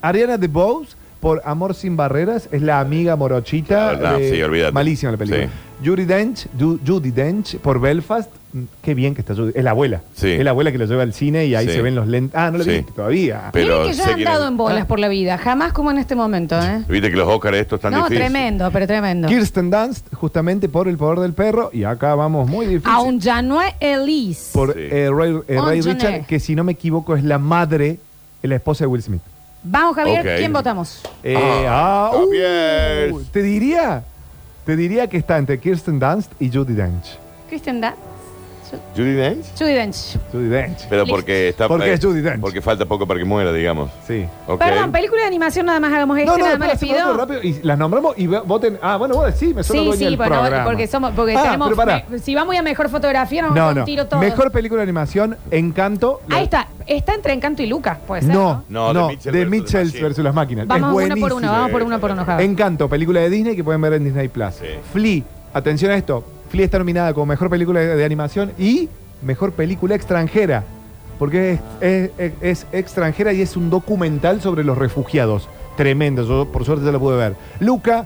Ariana DeBose por Amor sin barreras es la amiga morochita.
Claro, Ah, no, sí, olvídate.
Malísima la película.
Sí.
Judy Dench, Ju- Judy Dench por Belfast mm, qué bien que está Judy. Es la abuela.
Sí.
Es la abuela que lo lleva al cine y ahí
Sí.
se ven los lentes. Ah, no lo
Sí.
viste todavía.
Pe- pero
Miren que yo
sé
he
quién
andado
es.
en
Ah.
bolas por la vida, jamás como en este momento, ¿eh?
Viste que los Óscar estos están
No,
difíciles.
tremendo, pero tremendo.
Kirsten Dunst, justamente por El Poder del Perro. Y acá vamos muy difícil.
Aun ya no es Elise.
Por
Sí.
eh, Ray, eh,
On
Ray
John
Richard,
Air.
que si no me equivoco es la madre, eh, la esposa de Will Smith.
Vamos, Javier,
Ok.
¿quién votamos?
Eh,
Ah,
ah, uh,
Javier.
te diría, te diría que está entre Kirsten Dunst y Judy Dench.
Christian Dunst.
¿Judy Dench?
Judy Dench.
Judy Dench.
Pero porque está. eh,
Porque es Judi Dench.
Porque falta poco para que muera, digamos.
Sí.
Ok.
Perdón, película de animación nada más hagamos este, nada más
espera,
les
hacemos otro
pido.
rápido y las nombramos y ve- voten. Ah, bueno, vos decís, me suena
Sí,
dueño
sí,
del
bueno,
programa.
porque somos, porque
Ah,
tenemos.
pero pará.
me- si vamos a mejor fotografía, nos vamos a
No,
dar
no.
un tiro todo.
Mejor película de animación, Encanto.
Ahí está, está entre Encanto y Lucas, puede ser.
No,
No,
no,
de
de
Mitchell versus las máquinas.
Mitchell, versus las máquinas.
Vamos
es
una por una,
buenísimo.
vamos por una por una, Javi.
Encanto, película de Disney que pueden ver en Disney Plus.
Ah. Sí.
Flea, atención a esto. Flea está nominada como mejor película de, de animación y mejor película extranjera. Porque es, es- es- es extranjera y es un documental sobre los refugiados. Tremendo, yo por suerte ya lo pude ver. Luca,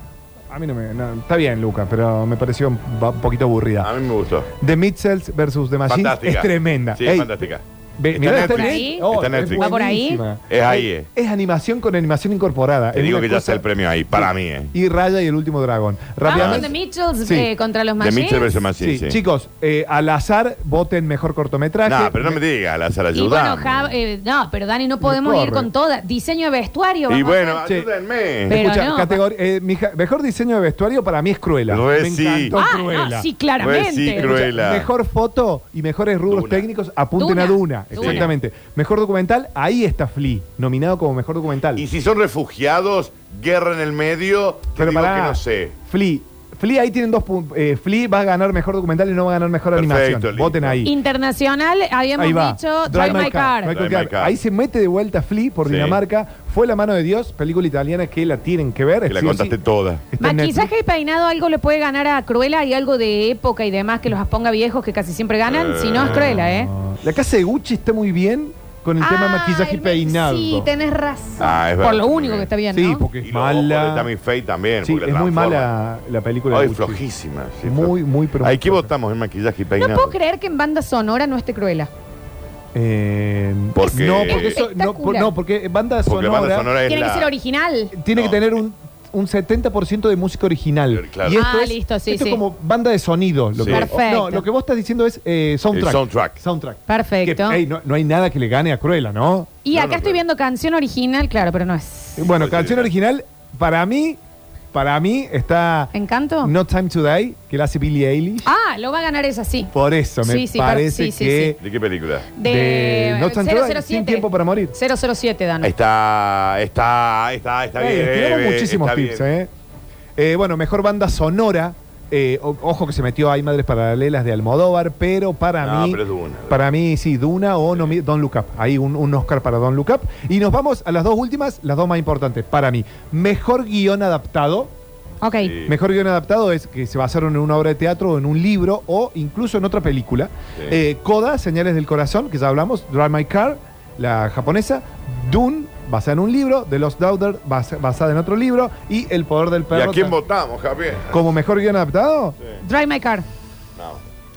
a mí no me. no, está bien, Luca, pero me pareció un, ba- un poquito
A
aburrida.
mí me gustó.
The Mitchells versus The Machines
Fantástica.
es tremenda.
Sí,
Ey,
fantástica.
Ve-
Está
mirá, Oh,
Netflix.
Ahí.
Está
es
Netflix.
¿Va por ahí?
buenísima.
Es ahí, eh.
Es animación con animación incorporada.
Te
Es
digo
una
que ya
cosa-
está el premio ahí, para mí, eh.
Y Raya y el último dragón.
Vamos Ah, con The
Rápidamente.
Mitchells
Sí.
eh, contra los
De Mitchell
Machines.
versus Machine,
Sí,
sí.
chicos, eh, al azar voten mejor cortometraje.
No, pero no me digas, Lázaro,
Y bueno,
ayuda.
Jav- eh, no, pero Dani, no podemos
corre.
ir con todas. Diseño de vestuario. vamos
Y
a
bueno,
hacer.
Sí.
ayúdenme.
Pero
Escucha,
no,
categor- eh, mija- mejor diseño de vestuario para mí es Cruella.
Re
me
sí.
encantó
Ah,
Cruella.
no, sí, claramente.
Pues sí, Cruella.
Mejor foto y mejores rubros
Duna.
técnicos apunten
Duna.
a Duna.
Duna.
Exactamente. Mejor documental, ahí está Flea, nominado como mejor documental.
Y si son refugiados, guerra en el medio, te
Pero
digo
pará,
que no sé.
Flea. Flea, ahí tienen dos puntos. Flea va a ganar mejor documental y no va a ganar mejor
Perfecto,
animación.
listo.
Voten ahí.
Internacional, habíamos
Ahí va.
dicho Drive My Car.
Michael
Drive My
Clark.
Car.
Ahí se mete de vuelta Flea por
Sí.
Dinamarca. Fue La mano de Dios, película italiana que la tienen que ver.
Que la
sí o
contaste
sí.
toda.
Está en Netflix.
Maquillaje y peinado, algo le puede ganar a Cruella. Hay algo de época y demás que los ponga viejos que casi siempre ganan.
Eh.
Si no, es Cruella, ¿eh?
La casa de Gucci está muy bien con el tema
Ah,
maquillaje y
el-
peinado.
Sí, tenés razón.
Ah, es
Por
verdad.
lo único que está bien,
Sí,
¿no?
porque
Y
es
los ojos de
mala.
Tammy Faye también.
Sí,
porque
es
la
muy
transforman.
mala la película. de
Ay,
Gucci.
flojísima. sí,
Muy,
floja.
muy, pero
Ay,
muy
¿qué
floja.
votamos en maquillaje y
No
peinado?
puedo creer que en banda sonora no esté Cruella.
Eh,
Porque-
no, porque eso- no,
Espectacular.
por- no, porque banda
Porque la banda sonora es
Tiene
la-
que ser original.
Tiene
No. Eh,
que tener un, un 70% de música original.
Claro.
Y esto
Ah,
es,
listo, sí,
esto es
sí.
como banda de sonido. Lo
Sí.
que,
Perfecto.
No, lo que vos estás diciendo es eh, soundtrack.
El soundtrack.
Soundtrack.
Perfecto.
Que, ey, no, no hay nada que le gane a Cruella, ¿no?
Y
No,
acá
no,
estoy
claro.
viendo canción original, claro, pero no es.
Eh, Bueno,
Sí,
canción
sí.
original, para mí, para mí está
¿Encanto?
No Time to Die, que la hace Billie Eilish.
Ah, lo va a ganar esa, sí.
Por eso me
Sí, sí, per-
parece
sí, sí,
que...
¿De qué película?
De,
de No Time to Die,
007.
Sin Tiempo para Morir.
007, Dano.
Ahí Está, está, está, está
Ey,
bien.
les tiramos
eh,
muchísimos
está
tips,
bien.
¿eh? Eh, Bueno, mejor banda sonora. eh, o- ojo que se metió Hay Madres Paralelas de Almodóvar, pero para
No,
mí.
pero es Duna.
Para mí, sí, Duna o nomi- Don Look Up. Hay un, un Oscar para Don Look Up. Y nos vamos a las dos últimas, las dos más importantes para mí. Mejor guión adaptado.
Ok.
Sí.
Mejor guión adaptado es que se basaron en una obra de teatro, o en un libro o incluso en otra película.
Sí.
Eh, Coda, Señales del Corazón, que ya hablamos, Drive My Car, la japonesa, Dune, basada en un libro, The Lost Daughter, basa- basada en otro libro, y El Poder del
¿Y
Perro.
a quién
tra-
votamos, Javier?
Como mejor guión adaptado,
Drive My Car.
No.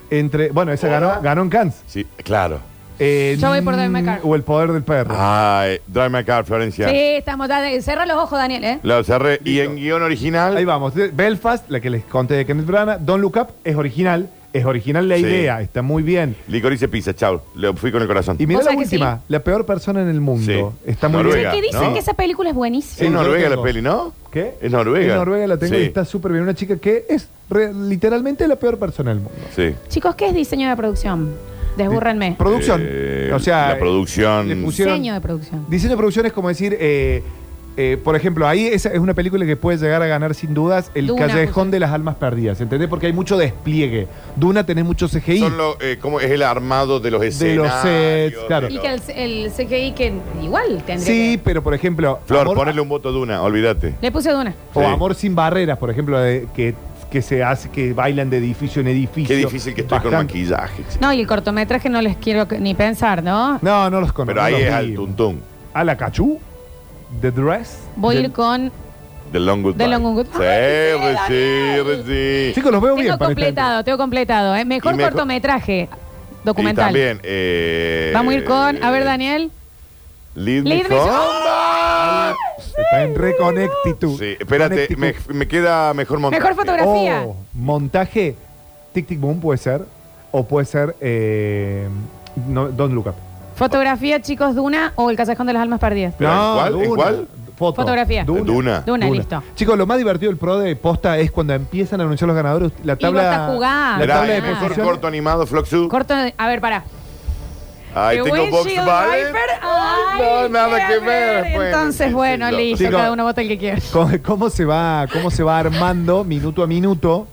entre. Bueno, ese
Coda.
ganó, ganó en Cannes.
Sí, claro.
Eh,
Yo voy por Drive My
mm,
Car.
O El Poder del Perro.
Ah. Ay, Drive My Car, Florencia.
Sí, estamos. dale, Cerra los ojos, Daniel, ¿eh?
La cerré. Y en guión original.
Ahí vamos. De- Belfast, la que les conté de Kenneth Branagh, Don't Look Up, es original. Es original la
Sí.
idea, está muy bien.
Licorice Pizza, chao. Le fui con el corazón.
Y
¿Vos
mira la
sabés que
última,
sí?
la peor persona en el mundo.
Sí.
Está muy
Noruega.
que
bien.
dicen
¿no?
que esa película es buenísima.
Sí, es
no lo
Noruega la
tengo.
peli, ¿no?
¿Qué?
Es Noruega.
En Noruega la tengo
Sí.
y está súper bien. Una chica que es re- literalmente la peor persona del mundo.
Sí.
Chicos, ¿qué es diseño de producción? Desbúrrenme.
Producción.
Eh,
o sea,
la producción-
le pusieron-
Diseño de producción.
Diseño de producción es como decir, eh, eh, por ejemplo, ahí es, es una película que puede llegar a ganar sin dudas el
Duna,
callejón
pusieron.
de las almas perdidas, ¿entendés? Porque hay mucho despliegue. Duna tenés mucho CGI.
Son lo- eh, ¿Cómo es el armado de los escenarios?
sets, claro.
de
Y
los-
que el, el CGI que igual tendría
Sí,
que-
pero por ejemplo...
Flor,
Amor-
ponele un voto de una, olvídate.
Le puse Duna.
O
Sí.
Amor sin barreras, por ejemplo, de- que, que se hace, que bailan de edificio en edificio.
Qué difícil que estoy con
Bastante.
maquillaje. chico.
No, y el cortometraje no les quiero que- ni pensar, ¿no?
No, no los conozco.
Pero
no
ahí
los
es
vi.
al tuntún.
A la cachú, The Dress.
Voy a
The-
ir con...
Del Long Goodbye.
Del Long Goodbye.
Sí,
Ay, sí,
re, sí, re, sí.
Chicos, los veo bien.
Tengo
para esta
completado, tengo completado. ¿eh? Mejor
Y mejor-
cortometraje. Documental.
Y también. eh,
Vamos a ir con. A ver, Daniel.
Lead me
Lead me
home.
Está en Reconnectitud.
Sí, espérate, me,
Connectitud.
me queda mejor montaje.
Mejor fotografía. Fotografía.
O Oh, montaje Tic Tic Boom puede ser. O puede ser eh, no, Don't Look Up.
Fotografía, chicos, Duna o El Callejón de las Almas Perdidas.
Pero, ¿en cuál? ¿En cuál?
Foto.
Fotografía.
Duna. Duna.
Duna, listo.
Chicos, lo más divertido del pro de posta es cuando empiezan a anunciar los ganadores. La tabla,
vos estás jugando.
Esperá,
la tabla de
eh, mejor
posiciones.
corto animado, Floxu.
Corto. de- A ver, para.
Ay, tengo Box Vale. no, nada que ver. bueno, sí,
Entonces,
sí,
bueno,
no.
listo.
Chicos.
Cada uno vota el que quiera.
¿Cómo, cómo se va, ¿Cómo se va armando minuto a minuto?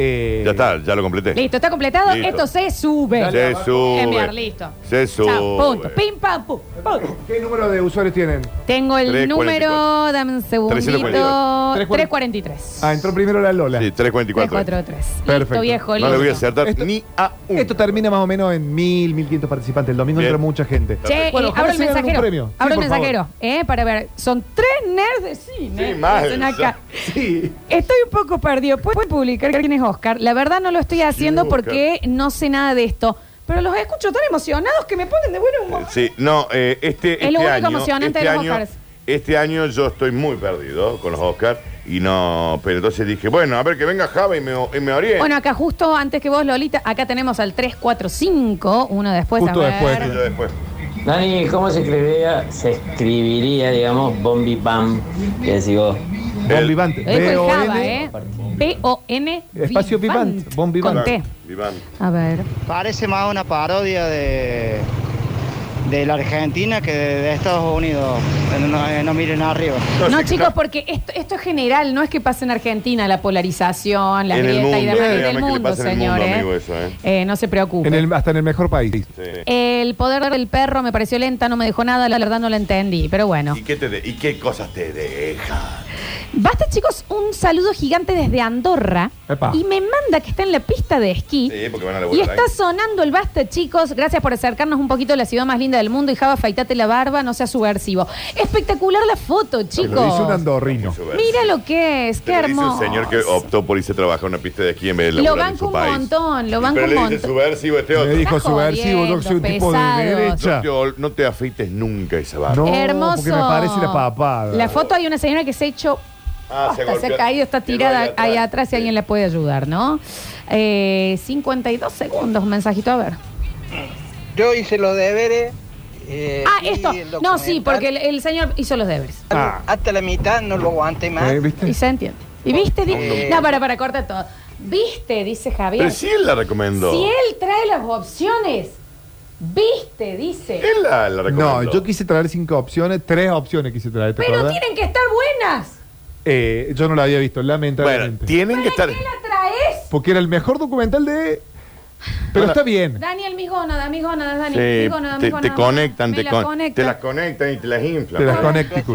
eh,
Ya está, ya lo completé.
Listo, está completado.
Listo.
Esto se sube.
Se sube.
Enviar, listo.
Se sube.
Chao, punto. Pim, pam, pum. pum.
¿Qué número de usuarios tienen?
Tengo el
344.
número, dame un segundito.
344.
343.
Ah, entró primero la Lola.
Sí, 344.
343. Listo,
Perfecto.
viejo,
No le voy a
listo.
acertar
Esto-
ni a uno.
Esto termina más o menos en mil, mil quinientos participantes. El domingo
Bien.
entra mucha gente.
Che,
Bueno,
eh,
ojalá
abro el
se ganen un
mensajero.
premio. Sí,
Abro el
por favor.
mensajero, eh, para ver. Son tres nerds de cine.
Sí, mal.
Dicen acá.
Sí.
Estoy un poco perdido. ¿Puedes publicar quién es Oscar? La verdad no lo estoy haciendo
Oscar.
porque no sé nada de esto. Pero los escucho tan emocionados que me ponen de buen humor.
Sí, no, eh, este,
Es lo
este
único
año,
emocionante de
este
los
año-
Oscars.
Este año yo estoy muy perdido con los Oscars y no, pero entonces dije, bueno, a ver que venga Java y me, y me oriente.
Bueno, acá justo antes que vos, Lolita, acá tenemos al 345, uno después.
Justo
a ver.
después,
Yo después.
Dani, ¿cómo se escribiría, se escribiría digamos, Bombi Bam? Que decís vos.
Bon Vivant.
Lo dijo el
B-O-N.
Java, ¿eh? B-O-N.
Espacio Vivant. Bon Vivant.
Con T.
Iván.
A ver.
Parece más una parodia de, de la Argentina que de, de Estados Unidos. No, eh, no miren arriba.
No, chicos, porque esto, esto es general, no es que pase en Argentina la polarización, la
En el
grieta y
mundo,
demás.
eh,
En
dígame
el
qué le
mundo,
pasa en el mundo,
señores.
amigo, eso, eh.
no se preocupen.
En
El...
el- hasta en el mejor país.
Sí.
poder del perro me pareció lenta, no me dejó nada, la verdad no la entendí, pero bueno.
¿Y qué, te de- ¿Y qué cosas te deja?
Basta, chicos, un saludo gigante desde Andorra.
Epa.
Y me manda que está en la pista de esquí.
Sí, porque van a
Y
laburar
está
ahí.
sonando el basta, chicos. Gracias por acercarnos un poquito a la ciudad más linda del mundo. Y Java, afeitate la barba, no sea subversivo. Espectacular la foto,
Te Lo dice un
chicos.
andorrino.
Mira lo que es, qué
Pero dice
hermoso.
un señor que optó por irse a trabajar en una pista de aquí en vez de
Lo
laburar en
banco
su
un
país.
montón, lo
Y
banco
pero
un
le
montón.
dice subversivo este
Me
otro.
dijo
Está
subversivo, yo soy un
jodiendo,
tipo de
pesados.
derecha.
No te, ol- no te afeites nunca esa barba.
No,
Hermoso.
porque me parece la papada.
La foto hay una señora que se ha hecho.
Ah,
hasta se
golpeó.
ha caído, está
Quedó
tirada ahí atrás, si
Sí.
alguien la puede ayudar, ¿no? Eh, 52 segundos, un mensajito, a ver.
Yo hice los deberes. eh,
Ah,
vi
esto.
el
No, sí,
documental.
porque el, el señor hizo los deberes.
Ah.
Hasta la mitad no lo aguanté más.
Eh, ¿viste?
Y se entiende. ¿Y viste? Di-
Eh.
No, para, para, corta todo. ¿Viste? Dice Javier.
Pero sí él la recomendó.
Si él trae las opciones, ¿viste? Dice.
Él la, la recomendó.
No, yo quise traer cinco opciones, tres opciones quise traer. ¿te
Pero
acordás?
tienen que estar buenas.
Eh, yo no la había visto,
Bueno,
lamentablemente.
tienen que
¿Para
estar.
qué la traes?
porque era el mejor documental de. Pero está bien.
Daniel, mis gónadas, mis gónadas, Dani.
Sí,
mis gónadas,
te,
mis
te
gónadas.
conectan,
Me
te,
la
con- te
conectan.
las conectan y te las inflan.
Te las
Yo
Connecticut.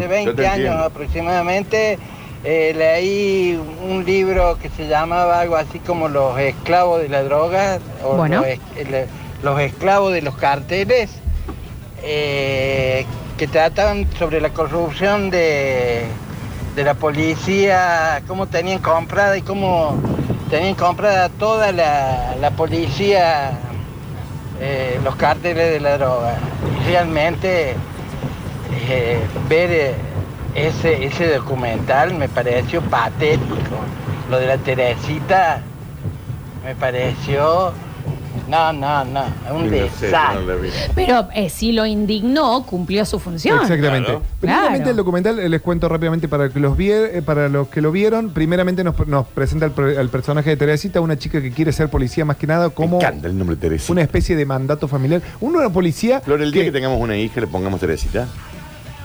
Yo
Hace
te
20 años
entiendo.
aproximadamente eh, leí un libro que se llamaba algo así como Los esclavos de la droga o
Bueno.
los, es- el- los esclavos de los carteles eh, que trataban sobre la corrupción de, de la policía, cómo tenían comprada y cómo tenían comprada toda la, la policía eh, los cárteles de la droga. Y Realmente eh, ver eh, ese, ese documental me pareció patético. Lo de la Teresita me pareció... No, no, no, es
Sí, no
un
sé, no
desastre.
la vi.
Pero eh, si lo indignó, cumplió su función.
Exactamente.
Claro.
Primeramente
Claro.
el documental, eh, les cuento rápidamente para, que los vi- eh, para los que lo vieron, primeramente nos, nos presenta al, pre- al personaje de Teresita, una chica que quiere ser policía más que nada como
Me encanta el nombre Teresita.
una especie de mandato familiar. Uno era policía...
Flor, el día
que-
que tengamos una hija le pongamos Teresita.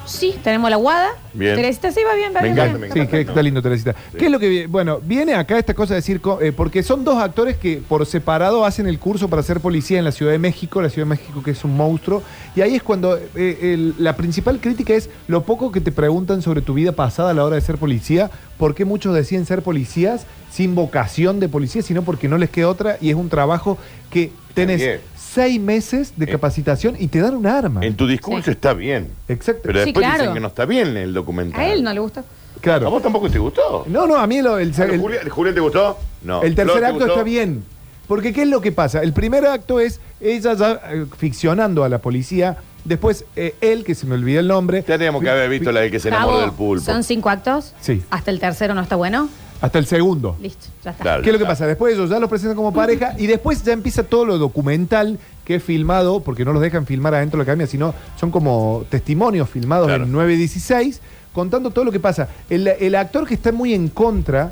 Sí, tenemos la guada.
Bien.
Teresita, sí, va bien, va
Me
bien.
encanta,
va bien.
me
Sí, qué, está lindo, Teresita. ¿Qué es lo que vi- Bueno, viene acá esta cosa de decir, co- eh, porque son dos actores que por separado hacen el curso para ser policía en la Ciudad de México, la Ciudad de México que es un monstruo, y ahí es cuando eh, el- la principal crítica es lo poco que te preguntan sobre tu vida pasada a la hora de ser policía, por qué muchos deciden ser policías sin vocación de policía, sino porque no les queda otra, y es un trabajo que tenés
bien.
seis meses de
Eh.
capacitación y te dan un arma.
En tu discurso
Sí.
está bien.
Exacto.
Pero
Sí,
después
claro.
dicen que no está bien el documental.
A él no le gustó.
claro.
¿A vos tampoco te gustó?
No, no, a mí lo- el,
¿A
el-
Julián, Julián te gustó? No.
El tercer
¿Flor te
acto
gustó?
está bien. Porque ¿qué es lo que pasa? El primer acto es Ella ya eh, ficcionando a la policía. Después, eh, él, que se me olvidó el nombre.
Teníamos que haber visto la de que se enamoró
Gabo,
del pulpo.
Son cinco actos.
Sí.
Hasta el tercero no está bueno.
Hasta el segundo.
Listo, ya está.
Claro.
¿Qué es lo que pasa? Después ellos ya los presentan como pareja y después ya empieza todo lo documental que es filmado, porque no los dejan filmar adentro de la academia, sino son como testimonios filmados
Claro.
en 916, contando todo lo que pasa. El, el actor que está muy en contra,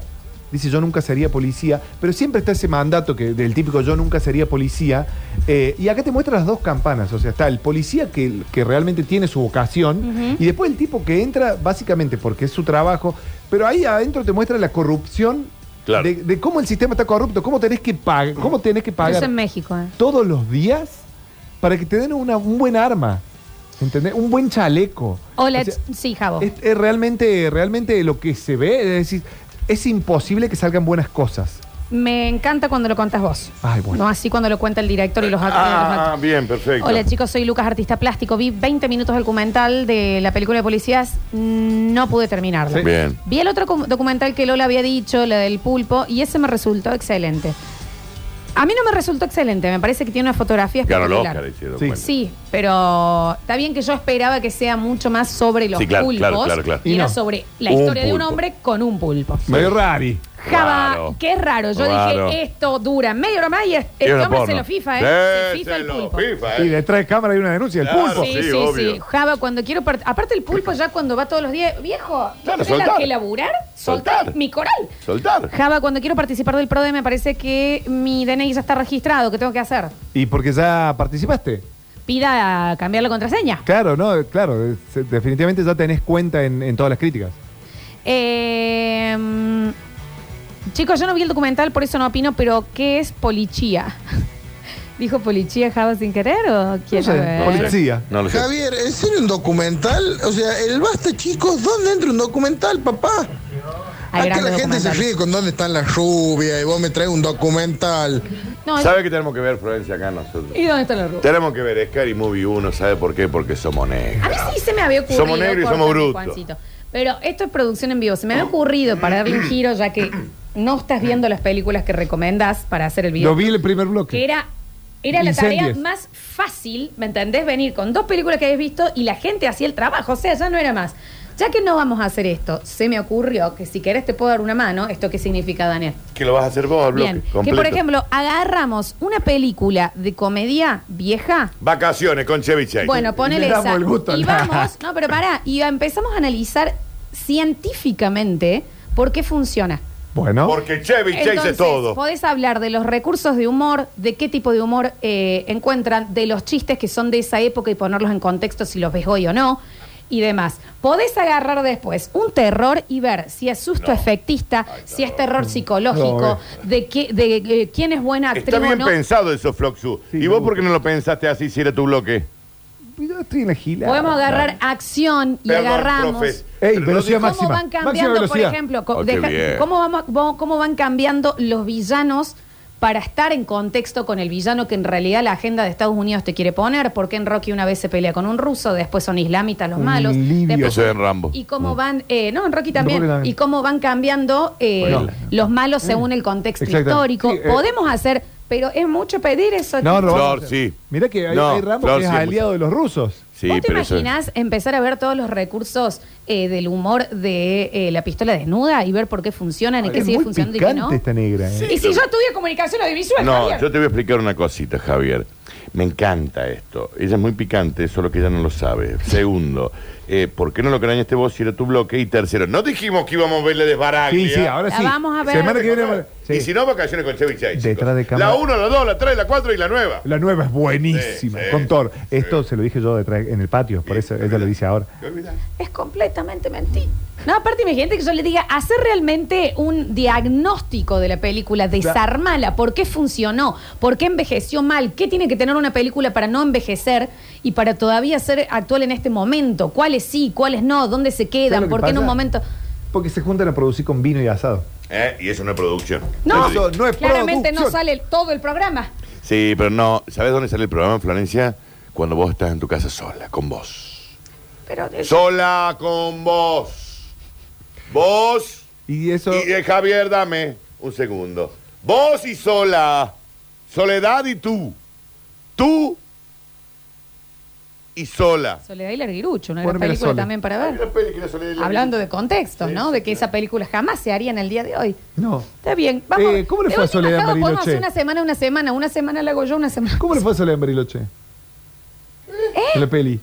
dice yo nunca sería policía, pero siempre está ese mandato que, del típico yo nunca sería policía, eh, y acá te muestra las dos campanas, o sea, está el policía que, que realmente tiene su vocación, y después el tipo que entra básicamente porque es su trabajo, pero ahí adentro te muestra la corrupción
Claro.
de, de cómo el sistema está corrupto, cómo tenés que pagar, cómo tenés que
Eso
pagar
en México. eh.
todos los días para que te den una, un buen arma, ¿entendés? Un buen chaleco.
Hola,
O sea,
sí, Javo.
es, es realmente, realmente lo que se ve, es decir, es imposible que salgan buenas cosas.
Me encanta cuando lo contas vos.
Ay, bueno.
No así cuando lo cuenta el director y los actores. los
Ah,
actores.
bien, perfecto.
Hola chicos, soy Lucas, artista plástico. Vi 20 minutos del documental de la película de policías. No pude terminarlo.
Sí.
Bien.
Vi el otro com- documental que Lola había dicho, la del pulpo, y ese me resultó excelente. A mí no me resultó excelente, me parece que tiene una fotografía
Ganó el
espectacular.
Oscar, hicieron
Sí.
cuenta.
Sí, pero está bien que yo esperaba que sea mucho más sobre los
Sí, claro,
pulpos.
claro, claro, claro.
Y,
Y
era
no.
sobre la
Un
historia de un
pulpo.
hombre con un pulpo.
Medio rari.
Java,
Raro.
qué raro. Yo
Raro.
dije, esto dura medio hora más y este
Es una
hombre se
porno.
lo FIFA, ¿eh? Se
Sí,
FIFA
se
el
lo
pulpo.
FIFA,
Y
¿eh?
detrás de cámara hay una denuncia, el
Claro.
pulpo.
Sí, sí,
Sí,
sí,
obvio.
Java, cuando quiero. part- Aparte, el pulpo ya cuando va todos los días. Viejo,
Claro,
¿no tenés la
soltar.
que laburar? Soltar.
Soltar.
mi coral.
Soltar.
Java, cuando quiero participar del PRODE, E, me parece que mi DNI ya está registrado. ¿Qué tengo que hacer?
Y porque ya participaste.
Pida cambiar la contraseña.
Claro, no, claro, es- definitivamente ya tenés cuenta en, en todas las críticas.
Eh, mm, chicos, yo no vi el documental, por eso no opino, pero ¿qué es polichía? *laughs* ¿Dijo polichía Java sin querer o quién
sé,
sabe?
policía.
No lo sé.
Javier, ¿en serio un documental? O sea, el basta, chicos, ¿dónde entra un documental, papá?
Hay
Acá
grandes
la gente se
documentales.
ríe con dónde están las rubias y vos me traes un documental.
No,
¿Sabe qué tenemos que ver, Florencia, acá nosotros?
¿Y dónde están las rubias?
Tenemos que ver Scary Movie 1, ¿sabe por qué? Porque somos
A mí
negros.
sí se me había ocurrido.
Somos negros y somos
córtame,
brutos.
Juancito. Pero esto es producción en vivo. Se me había ocurrido para darle un giro, ya que no estás viendo las películas que recomendas para hacer el video.
Lo vi en el primer
que
bloque.
era, era la tarea
Incendies.
más fácil, ¿me entendés? Venir con dos películas que habéis visto y la gente hacía el trabajo, o sea, ya no era más. Ya que no vamos a hacer esto, se me ocurrió que si querés te puedo dar una mano, ¿esto qué significa, Daniel?
Que lo vas a hacer vos al bloque.
Bien, que
completo.
por ejemplo, agarramos una película de comedia vieja,
Vacaciones con Chevy Chase.
bueno, ponele
Le damos
esa.
el gusto a
y
la-
vamos, no, pero pará, y empezamos a analizar científicamente por qué funciona.
Bueno.
Porque Chevy Chase es todo.
podés hablar de los recursos de humor, de qué tipo de humor eh, encuentran, de los chistes que son de esa época y ponerlos en contexto si los ves hoy o no, y demás. Podés agarrar después un terror y ver si es susto efectista, si es terror psicológico, de, qué, de eh, quién es buena actriz
Está
o
bien
no.
pensado eso, Floxu.
Sí,
¿Y
me
vos
gusta.
por qué no lo pensaste así si era tu bloque?
Yo estoy en la gila.
Podemos agarrar acción y
Perdón,
agarramos.
profe.
Ey,
Pero no
velocidad
dijo-
¿Cómo
máxima.
van
Máxima
cambiando, por
velocidad.
ejemplo, co-
Oh, qué
deja-
bien.
cómo, vamos, vo- cómo van cambiando los villanos para estar en contexto con el villano que en realidad la agenda de Estados Unidos te quiere poner? Porque en Rocky una vez se pelea con un ruso, después son islamitas los
Un
malos.
libio.
después-
Eso es en Rambo.
Y cómo van, eh, no, en Rocky también,
Rocky también.
y cómo van cambiando eh,
Bueno.
los malos según el contexto
Exactamente.
histórico.
Sí, eh.
Podemos hacer, pero es mucho pedir eso.
No,
chicos.
Rambo.
Flor, sí.
Mirá que hay,
No,
hay Rambo
Flor,
que es
sí, es
aliado de los rusos.
Sí,
¿Vos te
pero eso-
imaginás empezar a ver todos los recursos eh, del humor de eh, la pistola desnuda y ver por qué funcionan y qué
es
sigue
muy
funcionando y qué no?
picante esta negra. ¿eh?
Y si yo estudio comunicación audiovisual,
No,
Javier.
yo te voy a explicar una cosita, Javier. Me encanta esto. Ella es muy picante, solo que ella no lo sabe. Segundo, eh, ¿por qué no lo crañaste vos si era tu bloque? Y tercero, no dijimos que íbamos a verle desbarague.
Sí, sí, ahora
La
sí.
vamos a ver.
Semana que viene. sí.
Y si no, vacaciones con Chevy Chase.
Detrás
chicos.
de cámara.
La 1, la 2, la 3, la 4 y la nueva.
La nueva es buenísima,
Sí, sí,
con Thor.
sí.
Esto se lo dije yo detrás, en el patio, por eso ella lo dice ahora.
¿Te olvidás?
Es completamente mentira. No, aparte imagínate que yo le diga, hacer realmente un diagnóstico de la película, desarmala, por qué funcionó, por qué envejeció mal, qué tiene que tener una película para no envejecer y para todavía ser actual en este momento, cuáles sí, cuáles no, dónde se
¿Sabes lo
quedan,
que
por qué en un
pasa?
momento...
Porque se juntan a producir con vino y asado.
Eh, Y eso no es producción.
No,
Eso
no es
claramente no
producción.
sale el- todo el programa.
sí. Sí, pero no. ¿Sabes dónde sale el programa, Florencia? Cuando vos estás en tu casa sola, con vos.
Pero de-
Sola con vos. Vos.
Y eso.
Y eh, Javier, dame un segundo. Vos y sola. Soledad y tú. Tú y sola.
Soledad y Larguirucho, una gran
Poneme la
película
Sole.
también para
Hay una
ver.
peli que era Soledad y la-
Ah. Hablando de contextos,
Sí,
¿no?
sí,
De que
claro.
esa película jamás se haría en el día de hoy.
No.
Está bien, vamos.
Eh, ¿cómo le
De
fue a
última,
Soledad
cada uno
Bariloche?
podemos hacer Una semana, una semana, una semana la hago yo, una semana.
¿Cómo le fue a Soledad en Bariloche? En La peli.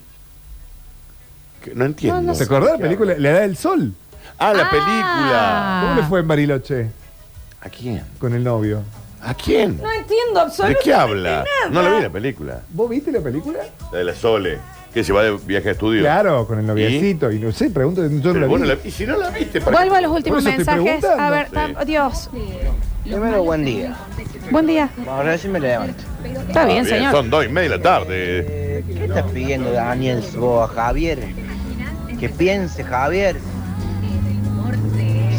Que No entiendo.
¿Eh? No, no
¿Se acordás de la película? La edad del sol.
Ah, la
Ah.
película.
¿Cómo le fue en Bariloche
¿A quién?
con el novio?
¿A quién?
No entiendo
¿De
absolutamente
qué habla?
nada.
No la vi la película.
¿Vos viste la película?
La de la Sole, que se va de viaje a estudio.
Claro, con el noviecito. Y no sé, pregunto. Yo no
Pero
la
bueno,
vi.
la- y si no la viste, ¿para
Vuelvo
qué?
a los últimos
Por eso estoy
mensajes. A ver,
preguntando.
tam- Dios.
Primero, buen día.
Buen día.
Ahora sí me levanto.
Ah,
Está bien,
Bien,
señor.
Son dos y media de la tarde.
Eh, ¿Qué estás pidiendo, Daniel, vos a Javier? Que piense, Javier.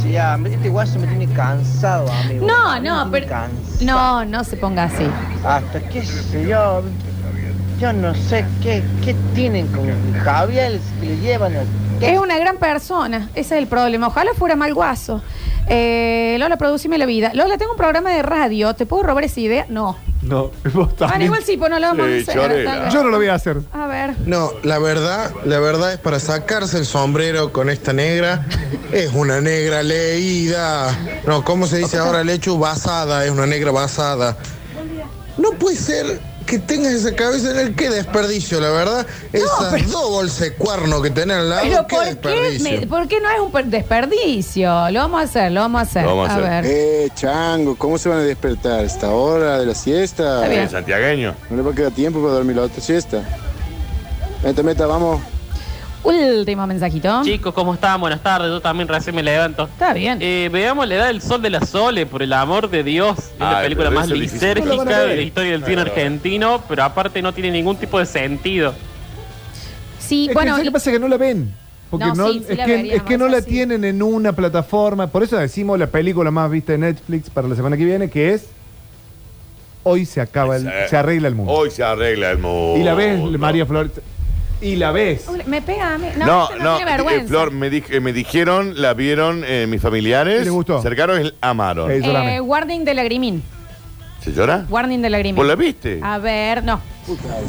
Sí, a mí este guaso me tiene cansado, amigo.
No,
Me tiene
no, pero.
cansado.
No, no se ponga así.
Hasta qué sé yo. Yo no sé qué, qué tienen con Javier que le llevan. a-
Es una gran persona, ese es el problema. Ojalá fuera mal guaso. Eh, Lola, producime la vida. Lola, tengo un programa de radio, ¿te puedo robar esa idea? No.
No, *laughs* vos
Bueno,
también.
igual sí, pues no la vamos
Sí,
a hacer.
chorela.
Está bien.
Yo no lo voy a hacer.
A ver.
No, la verdad, la verdad es para sacarse el sombrero con esta negra. Es una negra leída. No, ¿cómo se dice ahora, Lechu? Basada, es una negra basada. No puede ser que tengas esa cabeza en el que desperdicio, la verdad. Esas dos bolsas de cuerno que tenés al lado,
Pero
qué
¿por qué,
desperdicio.
me- por qué no es un per- desperdicio? Lo vamos a hacer, lo vamos a hacer.
Lo vamos a hacer.
ver.
Eh, chango, ¿cómo se van a despertar? ¿Esta hora de la siesta?
Está bien.
Eh, Santiagueño.
No le va a quedar tiempo para dormir la otra siesta. Meta, meta, vamos.
Último mensajito.
Chicos, ¿cómo están? Buenas tardes, yo también recién me levanto.
Está bien.
Eh, veamos la edad del sol de la Sole, por el amor de Dios. Es la
Ay,
película
Ah, pero
más
eso es difícil.
No la van
lisérgica
a
de
ver.
la historia del cine
No la van a ver.
argentino, pero aparte no tiene ningún tipo de sentido.
Sí,
Es que,
bueno.
¿sabes
y-
qué pasa? Que no la ven. Porque
No,
no,
sí, sí
es,
la
que,
veríamos,
es que no la
así.
tienen en una plataforma. Por eso decimos la película más vista de Netflix para la semana que viene, que es Hoy se acaba, el-
Sí.
se arregla el mundo.
Hoy se arregla el mundo.
Y la ves, María Flores. Y la ves.
Me pega a mí. No,
No,
yo
no,
tiene
eh,
vergüenza.
Flor, me, dij- eh, me dijeron, la vieron eh, mis familiares.
¿Y les gustó?
Cercaron y amaron.
Eh,
Eh,
Llorame.
warning de lagrimín.
¿Se llora?
Warning de lagrimín.
¿Vos la viste?
A ver, no.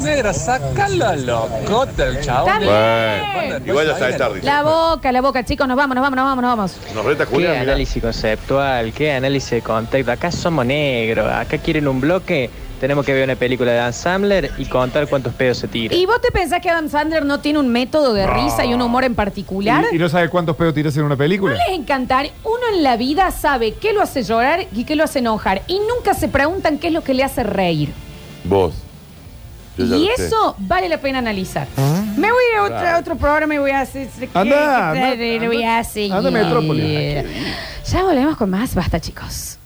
Negra, sacala locota el
Está
chabón.
bien.
Igual ya está de tarde.
La boca, la boca, chicos, nos vamos, nos vamos, nos vamos, nos vamos.
Nos reta
¿Qué
Julián, mirá.
análisis conceptual? ¿Qué análisis de contexto? Acá somos negros, acá quieren un bloque, tenemos que ver una película de Dan Sandler y contar cuántos pedos se tiran.
¿Y vos te pensás que Adam Sandler no tiene un método de risa y un humor en particular?
Y, y no sabe cuántos pedos tiras en una película.
les encantar, uno en la vida sabe qué lo hace llorar y qué lo hace enojar. Y nunca se preguntan qué es lo que le hace reír.
Vos. Yo ya
Y
lo sé.
eso vale la pena analizar. Me voy a otra-
Claro.
otro programa y voy a hacer.
Andá,
voy a
andá,
seguir.
andá a Metrópolis.
Ya volvemos con más. Basta, chicos.